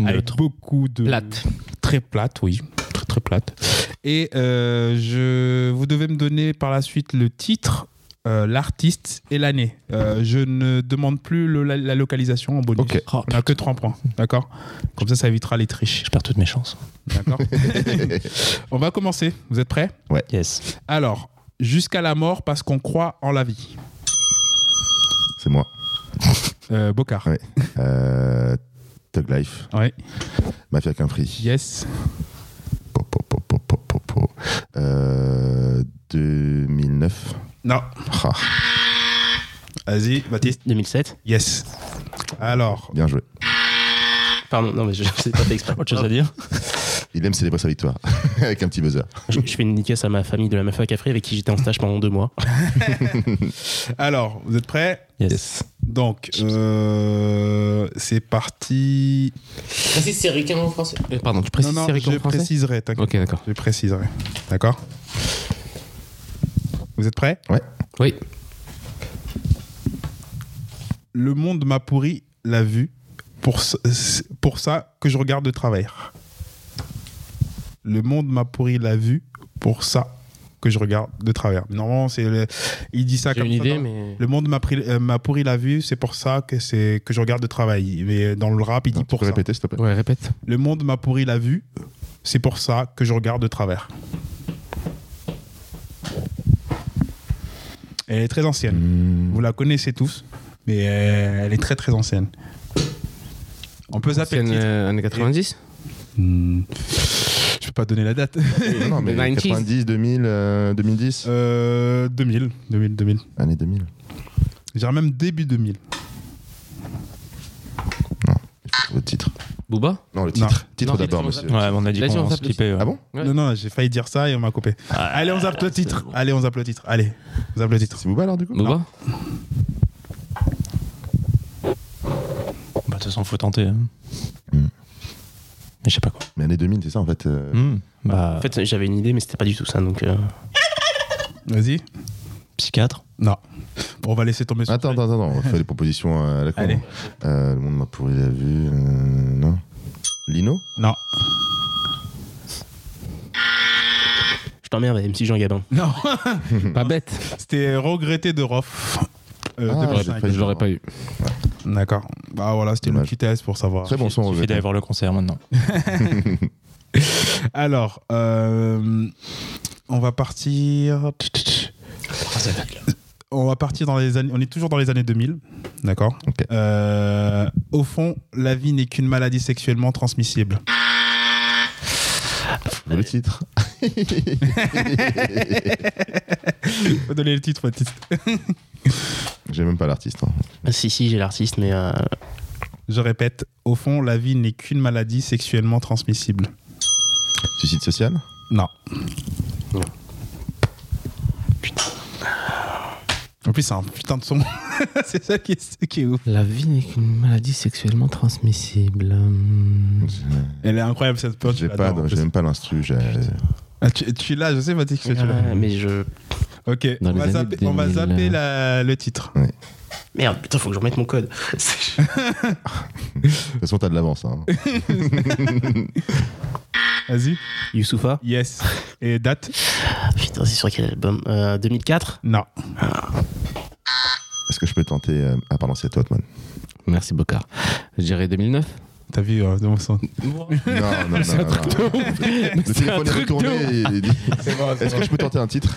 avec Neutre. beaucoup de Plate. très plate, oui, très très plate. Et euh, je, vous devez me donner par la suite le titre, euh, l'artiste et l'année. Euh, je ne demande plus le- la, la localisation en bonus. Ok. Oh, On n'a que 3 points, d'accord Comme ça, ça évitera les triches, je perds toutes mes chances. d'accord On va commencer, vous êtes prêts Yes. Alors, jusqu'à la mort parce qu'on croit en la vie. C'est moi. Euh, Bocard. Ouais. Euh, Thug Life, Ouais. Mafia Quinfree. Yes. Po, po, po, po, po, po, po. Euh, 2009. Non. Ah, Vas-y, Baptiste. 2007 Yes. Alors, bien joué. Pardon, non, mais je sais pas fait exprès. Autre Ah. chose à dire Il aime célébrer sa victoire avec un petit buzzer. je, je fais une nicasse à ma famille de la mafia Cafri avec qui j'étais en stage pendant deux mois. alors, vous êtes prêts Yes. Donc, euh, c'est parti. Précise c'est ricain en français. Pardon, tu précises non, c'est non, ricain je en français préciserai, t'inquiète. Ok, d'accord. Je préciserai. D'accord Vous êtes prêts Oui. Le monde m'a pourri la vue pour, ce- pour ça que je regarde de travers. Le monde m'a pourri la vue pour ça que je regarde de travers. Normalement, c'est le- il dit ça J'ai comme une ça idée, dans- mais. Le monde m'a pris- euh, m'a pourri la vue, c'est pour ça que, c'est- que je regarde de travail. Mais dans le rap, il dit Tu pour peux ça. répéter, s'il te plaît Ouais, répète. Le monde m'a pourri la vue, c'est pour ça que je regarde de travers. Elle est très ancienne. Mmh. Vous la connaissez tous, mais euh, elle est très très ancienne. On peut zapper le Ancienne, titre. euh, années 90 Hmm. Je peux pas donner la date. Non, non, mais 90s. 90, 2000, euh, 2010. Euh, 2000, 2000, 2000. Année 2000. Je dirais même début 2000. Le titre. Booba Non, le Non. titre. Titre Non, titre, d'abord, on monsieur. Ouais, on a dit Vas-y, on qu'on tape skippait. euh, ouais. Ah bon Ouais. Ah, Non, non, j'ai failli dire ça et on m'a coupé. Allez, on zappe le titre. Allez, on zappe le titre. Allez, on zappe le titre. C'est Booba alors du coup Booba Bah, de toute façon, faut tenter. hein. Hmm. Mais je sais pas quoi. Mais année 2000, c'est ça en fait. euh, Hmm. Bah, En fait, j'avais une idée, mais c'était pas du tout ça. Donc, euh, Vas-y. psychiatre. Non. Bon, on va laisser tomber. sur- Attends, attends, attends, on va faire les propositions à la con. Allez. Euh, le monde m'a pourri la vue. euh, non. Lino Non. je t'emmerde, MC Jean Gabin. Non. Pas bête. C'était euh, regretté de Rof. Euh, Ah, 2005. j'aurais pas- Je l'aurais pas eu. D'accord. Bah voilà, c'était le Dommage. petit test pour savoir. Très Ah bon son, Il suffit regretté. d'aller voir le concert maintenant. Alors, euh, on va partir. On va partir dans les années. On est toujours dans les années 2000. D'accord. Ok. Euh, au fond, la vie n'est qu'une maladie sexuellement transmissible. Le titre. Faut donner le titre, faut le titre. J'ai même pas l'artiste. hein. Ah, si, si, j'ai l'artiste, mais euh, Je répète, au fond, la vie n'est qu'une maladie sexuellement transmissible. Suicide social Non. Non. En plus, c'est un putain de son. c'est ça qui est, qui est ouf. La vie n'est qu'une maladie sexuellement transmissible. Hum. Elle est incroyable cette pote. J'ai pas, j'ai même pas l'instru. j'ai- Ah, tu, tu l'as, je sais, Mathis, que tu l'as. ah, mais je. Ok, Dans on les va, années zapper, on va 2000, zapper euh. la- le titre. Merde, putain, faut que je remette mon code. De toute façon, t'as de l'avance. hein. Vas-y. Youssoufa Yes. Et date Putain, c'est sur quel album Euh, 2004 Non. Est-ce que je peux tenter euh, Ah, pardon, c'est toi, Otman. Merci, Bocard. Je dirais 2009. T'as vu, euh, dans mon sens. Non, non, non. non, non. Le téléphone est retourné. et il dit, Est-ce que je peux tenter un titre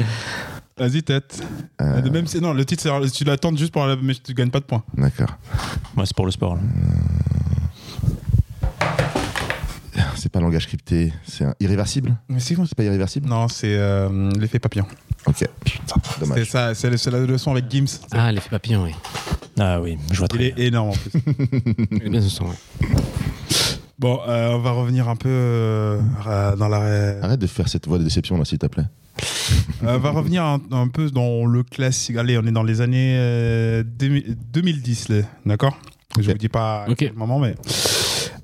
Vas-y, tête. Euh, De Même si, non, le titre, c'est- tu l'attends juste pour. la- Mais tu gagnes pas de points. D'accord. Ouais, c'est pour le sport. là. C'est pas langage crypté, c'est un... irréversible Mais c'est quoi C'est pas irréversible Non, c'est euh, l'effet papillon. Ok. C'est Dommage. ça, c'est le- c'est la leçon avec Gims. Ah, l'effet papillon, oui. Ah oui, je vois très Il bien. est énorme en plus. Bien ce son, oui. Bon, euh, on va revenir un peu euh, euh, dans la. euh, Arrête de faire cette voix de déception là, s'il te plaît. on va revenir un, un peu dans le classique. Allez, on est dans les années euh, 2000 2010, là, d'accord Je Ok. vous dis pas à Ok. quel moment, mais.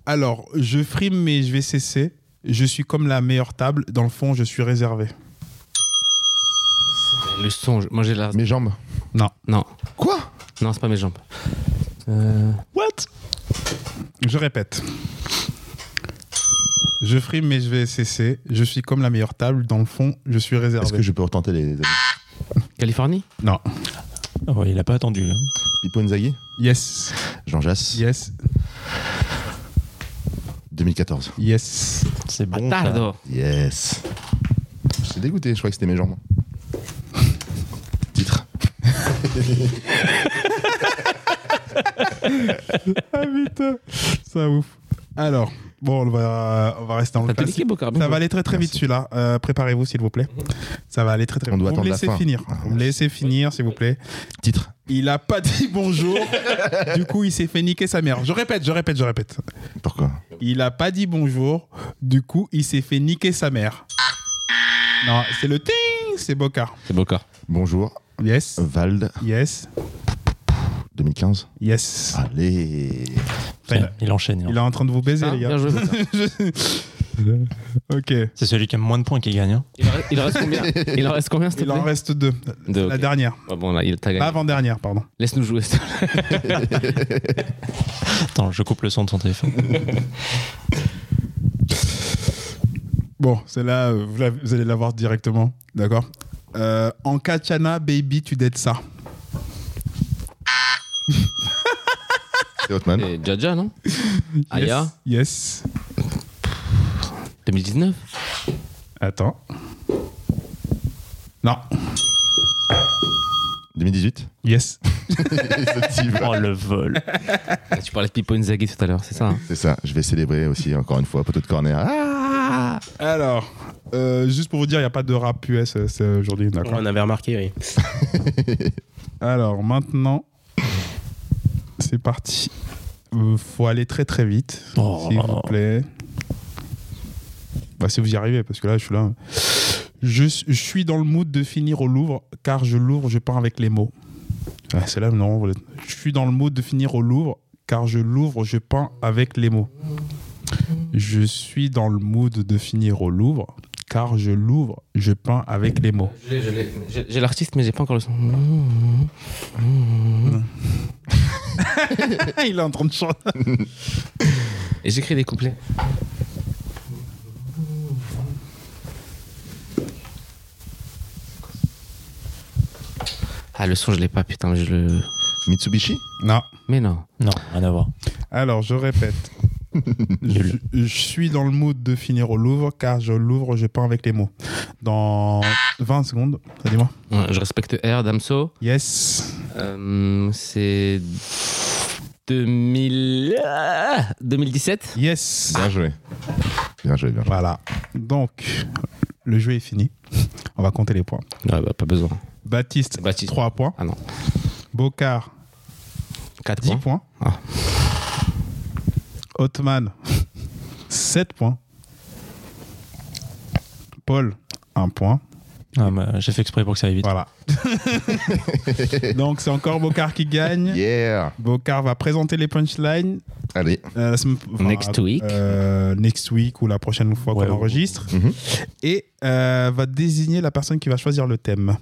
Alors, je frime, mais je vais cesser. Je suis comme la meilleure table. Dans le fond, je suis réservé. Le son, je- moi j'ai la. Mes jambes. Non, Quoi non, c'est pas mes jambes. Euh, Je répète. Je frime, mais je vais cesser. Je suis comme la meilleure table. Dans le fond, je suis Est-ce réservé. que je peux retenter les. Californie Non. Ouais, il a pas attendu. hein. Pippo Inzaghi, Yes. Jean Jass, Yes. 2014. Yes. C'est bon. ça. Tardo. Yes. J'étais dégoûté, je croyais que c'était mes jambes. Titre. Ah putain, ça ouf. Alors, bon, on va, on va rester en T'as le paniqué, Bokar Ça va aller très très Merci. vite celui-là. Euh, Préparez-vous s'il vous plaît. Ça va aller très très On vite. doit Vous me attendre la laissez fin. finir. Ah, Vous me laissez finir s'il vous plaît. Titre. Il a pas dit bonjour. du coup, il s'est fait niquer sa mère. Je répète, je répète, je répète. Pourquoi Il a pas dit bonjour. Du coup, il s'est fait niquer sa mère. Non, c'est le ting, c'est Bocard. C'est Bokar. Bonjour, Euh. Yes, Vald, yes, 2015. yes. Ah, Allez. Putain, Il enchaîne. hein. Il est en train de vous baiser, Ah, les gars. bien joué, Bokar. Je- ok. C'est celui qui a moins de points qui gagne. hein. Il en reste- Il en reste combien Il en reste combien, s'il te Il en plaît reste deux. Deux, La ok. dernière. Bah, Ah Bon, là, il t'a gagné. L'avant-dernière, pardon. Laisse-nous jouer. Attends, je coupe le son de son téléphone. Bon, celle-là, euh, vous, la- vous allez la voir directement, d'accord euh, En Kachana, baby, tu dettes ça. C'est Hotman. Et Jaja, non Aya, Yes. 2019 Attends. Non. 2018. Yes. Oh, le vol. Ah, Tu parlais de Pippo Inzaghi tout à l'heure, c'est ça hein C'est ça, je vais célébrer aussi encore une fois, poteau de corner. Ah Alors, euh, juste pour vous dire, il n'y a pas de rap US euh, c'est aujourd'hui, d'accord On avait remarqué, oui. Alors, maintenant, c'est parti. Euh, faut aller très très vite, Oh. s'il vous plaît. Bah, si vous y arrivez, parce que là, je suis là. Je, je suis dans le mood de finir au Louvre, car je l'ouvre, je pars avec les mots. Ah, c'est là, non. vous l'êtes. Je suis dans le mood de finir au Louvre, car je l'ouvre, je peins avec les mots. Je suis dans le mood de finir au Louvre, car je l'ouvre, je peins avec les mots. Je l'ai, je l'ai. J'ai- J'ai l'artiste, mais j'ai pas encore le son. Il est en train de chanter. Et j'écris des couplets. Ah, le son, je l'ai pas, putain, je le. Mitsubishi Non. Mais non. Non, rien à voir. Alors, je répète. je, Nul. je suis dans le mood de finir au Louvre, car je l'ouvre, je peins avec les mots. Dans 20 secondes, ça dit moi. Ouais, Je respecte R, Damso. Yes. Euh, c'est. 2000... ah, 2017 Yes. Bien joué. Bien joué, bien joué. Voilà. Donc, le jeu est fini. On va compter les points. Ouais, bah, pas besoin. Baptiste, Baptiste. 3 points. Ah non. Bocard, 4 10 points. points. Ah. Othman, 7 points. Paul, 1 point. Ah, bah, J'ai fait exprès pour que ça aille vite. Voilà. Donc, c'est encore Bocard qui gagne. Yeah Bocard va présenter les punchlines Allez. euh, la semaine- enfin, Next week. euh, next week ou la prochaine fois Ouais, qu'on ou- enregistre. Mhm. Et euh, va désigner la personne qui va choisir le thème.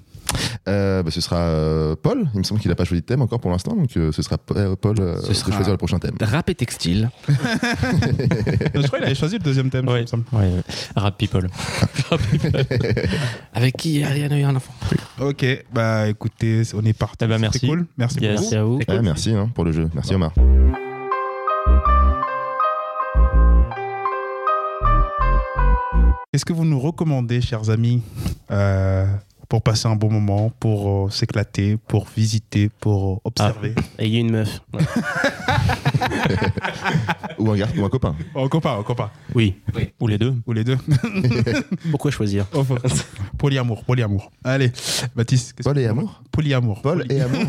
Euh, bah, ce sera euh, Paul. Il me semble qu'il n'a pas choisi de thème encore pour l'instant, donc euh, ce sera euh, Paul euh, Ce de sera- choisir le prochain thème. Rap et textile. Je crois qu'il avait choisi le deuxième thème. Ouais. il me semble. Ouais, ouais. Rap people. Avec qui Ariane a eu un enfant Ok, bah écoutez, on est parti. Eh ben, C'était merci. cool. Merci Yes. beaucoup. Merci à vous. Ouais, merci hein, pour le jeu. Merci Omar. Qu'est-ce que vous nous recommandez, chers amis, euh, pour passer un bon moment, pour euh, s'éclater, pour visiter, pour euh, observer Et il y a une meuf. Ou un garde ou un copain. Oh, On compare, on compare. Oui. Ou les deux. Ou les deux. Pourquoi choisir Oh, faut- polyamour, polyamour. Allez, Baptiste. qu'est-ce Paul que- et Amour Polyamour. Paul et Amour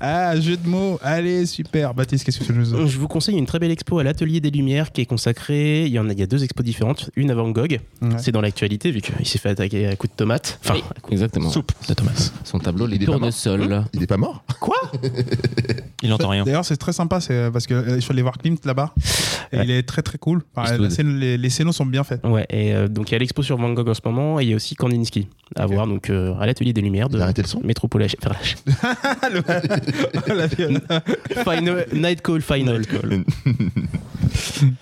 Ah, jeu de mots. Allez, super. Baptiste, qu'est-ce que tu Mmh. nous Je vous conseille une très belle expo à l'Atelier des Lumières qui est consacrée. Il y en a, il y a deux expos différentes. Une à Van Gogh. Ouais. C'est dans l'actualité vu qu'il s'est fait attaquer à coups de tomate. Enfin, Oui, exactement. Soupe de Thomas. Son tableau, les Il est pas mort. tournesols. Il est pas mort Il n'entend rien. D'ailleurs, c'est très sympa c'est parce que euh, je suis allé voir Klimt là-bas. Et Ouais. Il est très très cool. Enfin, Eastwood. la scène- les, les scénos sont bien faits. Ouais, et euh, donc il y a l'expo sur Van Gogh en ce moment et il y a aussi Kandinsky à voir donc euh, à l'atelier des Lumières Il de a arrêté le son Métropole H. enfin, Oh, H- Final- Night Call Final.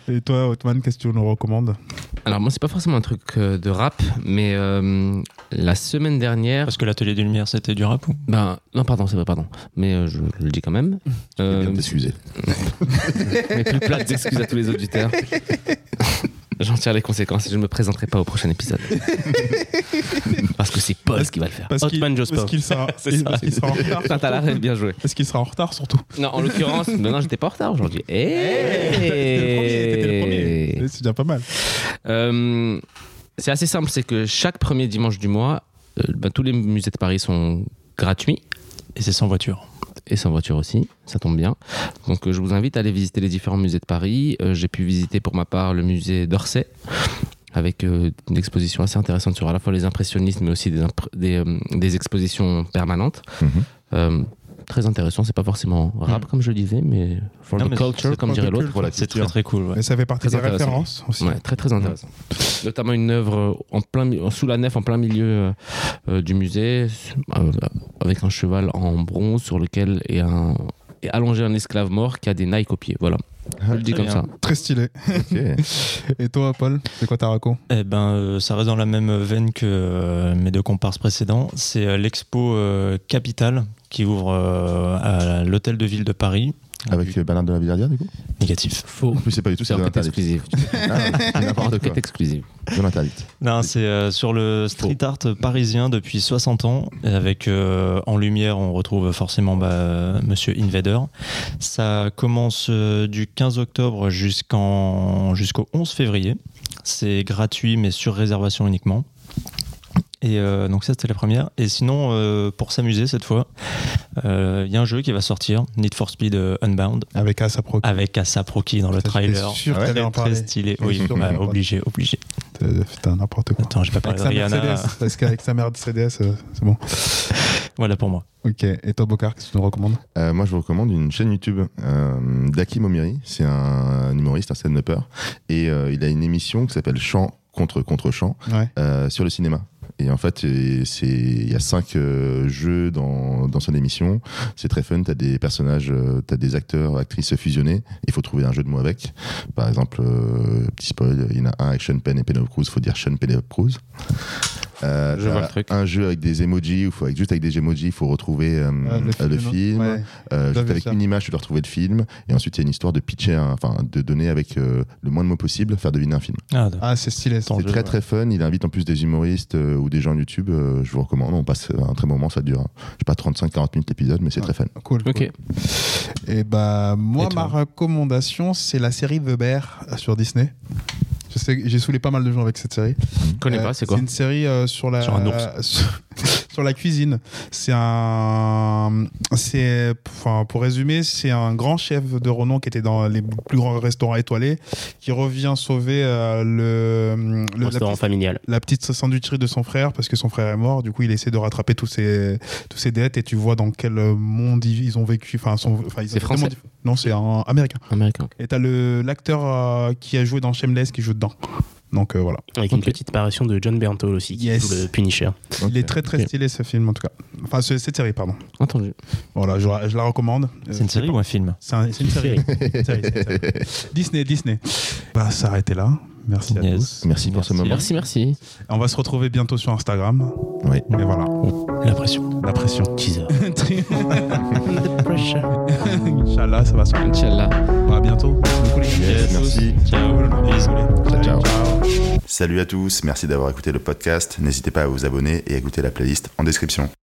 Et toi, Otman, qu'est-ce que tu nous recommandes Alors moi, c'est pas forcément un truc euh, de rap, mais euh, la semaine dernière, Parce que l'atelier des lumières, c'était du rap ou ben non, pardon, c'est vrai, pardon, mais euh, je le dis quand même. Je vais Euh, bien t'excuser. mes plus plates excuses à tous les auditeurs. J'en tire les conséquences et je ne me présenterai pas au prochain épisode. Parce que c'est Paul qui va le faire. Parce qu'il Hotman parce Jospov. qu'il sera, C'est ça. parce qu'il sera en retard. Putain, t'as la rêve, bien joué. Parce qu'il sera en retard surtout. Non, en l'occurrence, non, non, j'étais pas en retard aujourd'hui. Eh T'étais le premier, t'étais le Hey premier. C'est déjà pas mal. Euh, c'est assez simple, c'est que chaque premier dimanche du mois, euh, ben, tous les musées de Paris sont gratuits Et c'est sans voiture. et sans voiture aussi, ça tombe bien. Donc euh, je vous invite à aller visiter les différents musées de Paris. Euh, J'ai pu visiter pour ma part le musée d'Orsay avec euh, une exposition assez intéressante sur à la fois les impressionnistes mais aussi des, impr- des, euh, des expositions permanentes. Mhm. Euh, Très intéressant, c'est pas forcément rap comme je le disais, mais for Mm. Non, the mais culture c'est comme pour dirait the l'autre. culture. C'est très très cool. ouais. Mais ça fait partie Très des intéressant. références aussi. Ouais, très très intéressant. Notamment une œuvre en plein, mi- sous la nef, en plein milieu euh, euh, du musée, euh, avec un cheval en bronze sur lequel est, un, est allongé un esclave mort qui a des nailles aux pieds. Voilà, je le dis très comme bien. ça. Très stylé. Ok. Et toi, Paul, c'est quoi ta raco Eh ben, euh, ça reste dans la même veine que euh, mes deux comparses précédents. C'est euh, l'expo euh, Capitale qui ouvre euh, à l'hôtel de ville de Paris. Avec euh, Bernard de la Villardière, du coup Négatif. Faux. En plus, c'est pas du tout, C'est c'est un de pet l'interdict. exclusif. Ah, c'est n'importe quoi. Pet exclusif. De l'interdict. Non, c'est euh, sur le street art parisien depuis 60 ans. et Avec euh, en lumière, on retrouve forcément bah, euh, Monsieur Invader. Ça commence euh, du 15 octobre jusqu'en jusqu'au 11 février. C'est gratuit, mais sur réservation uniquement. Et euh, donc ça, c'était la première. Et sinon, euh, pour s'amuser cette fois, euh, il y a un jeu qui va sortir, Need for Speed euh, Unbound, Avec Asaproc. avec Asap Rocky dans le J'étais trailer. sûr que Très, t'allais en Ah très parler. stylé. J'étais Oui, sûr que bah, t'allais en parler. obligé, obligé. Euh, Putain, n'importe quoi. Attends, j'ai pas Avec parlé sa de mère Rihanna. CDS. Parce qu'avec sa mère de CDS, euh, c'est bon. Voilà pour moi. Ok. Et toi, Bocard, qu'est-ce que tu nous recommandes Euh, moi, je vous recommande une chaîne YouTube euh, d'Aki Momiri. C'est un humoriste, un stand-upper. Et euh, il a une émission qui s'appelle Chant contre contre-chant Ouais. euh, sur le cinéma. Et en fait, euh, c'est il y a cinq euh, jeux dans, dans son émission. C'est très fun. T'as des personnages, euh, t'as des acteurs, actrices fusionnés. Il faut trouver un jeu de mots avec. Par exemple, euh, petit spoil, il y en a un avec Sean Penn et Penelope Cruz. Faut dire Sean Penelope Cruz. Euh, Je vois t'as le truc. Un jeu avec des emojis, ou faut avec juste avec des emojis, il faut retrouver euh, Ah, euh, le non film. Ouais. J'avais Euh, juste avec ça. une image, tu dois retrouver le film. Et ensuite, il y a une histoire de pitcher, un- enfin, de donner avec euh, le moins de mots possible, faire deviner un film. Ah, d'accord. Ah, c'est stylé. ça. Ton C'est jeu, très ouais. très fun. Il invite en plus des humoristes euh, ou des gens YouTube. euh, je vous recommande. On passe un très bon moment. Ça dure, hein. je sais pas, 35-40 minutes l'épisode, mais c'est très fun. Cool. cool. Ok. Et bah, moi, Et ma toi recommandation, c'est la série The Bear euh, sur Disney. Je sais que j'ai saoulé pas mal de gens avec cette série. Je connais Euh, pas, c'est quoi C'est une série euh, sur la Sur un ours. sur- sur la cuisine. C'est un c'est enfin pour résumer, c'est un grand chef de renom qui était dans les plus grands restaurants étoilés qui revient sauver euh, le, le- la, Restaurant petite, familial. la petite sandwicherie de son frère parce que son frère est mort. Du coup, il essaie de rattraper tous ses tous ses dettes et tu vois dans quel monde ils ils ont vécu enfin son- enfin, ils ont C'est français. tellement dif- Non, c'est un américain. Américain. Et t'as le l'acteur euh, qui a joué dans Shameless qui joue dedans. Donc euh, voilà. Avec une Ok. petite apparition de John Bernthal aussi, qui Yes. joue le Punisher. Il est très très Ok. stylé ce film en tout cas. Enfin ce- cette série pardon. Entendu. Voilà, je, la- je la recommande. Euh, C'est une série ou un film C'est un- c'est une série. C'est une série, c'est une série. Disney, Disney. On va s'arrêter là. Merci à Yes. tous. Merci, pour Merci. ce moment. Merci, merci. On va se retrouver bientôt sur Instagram. Oui. Et voilà, La pression. la pression. Teaser. The pressure. Inch'Allah, ça va se faire. Inch'Allah. À bientôt. Yes, merci. Ciao. Bisous. Ciao. Ciao. Salut à tous. Merci d'avoir écouté le podcast. N'hésitez pas à vous abonner et à écouter la playlist en description.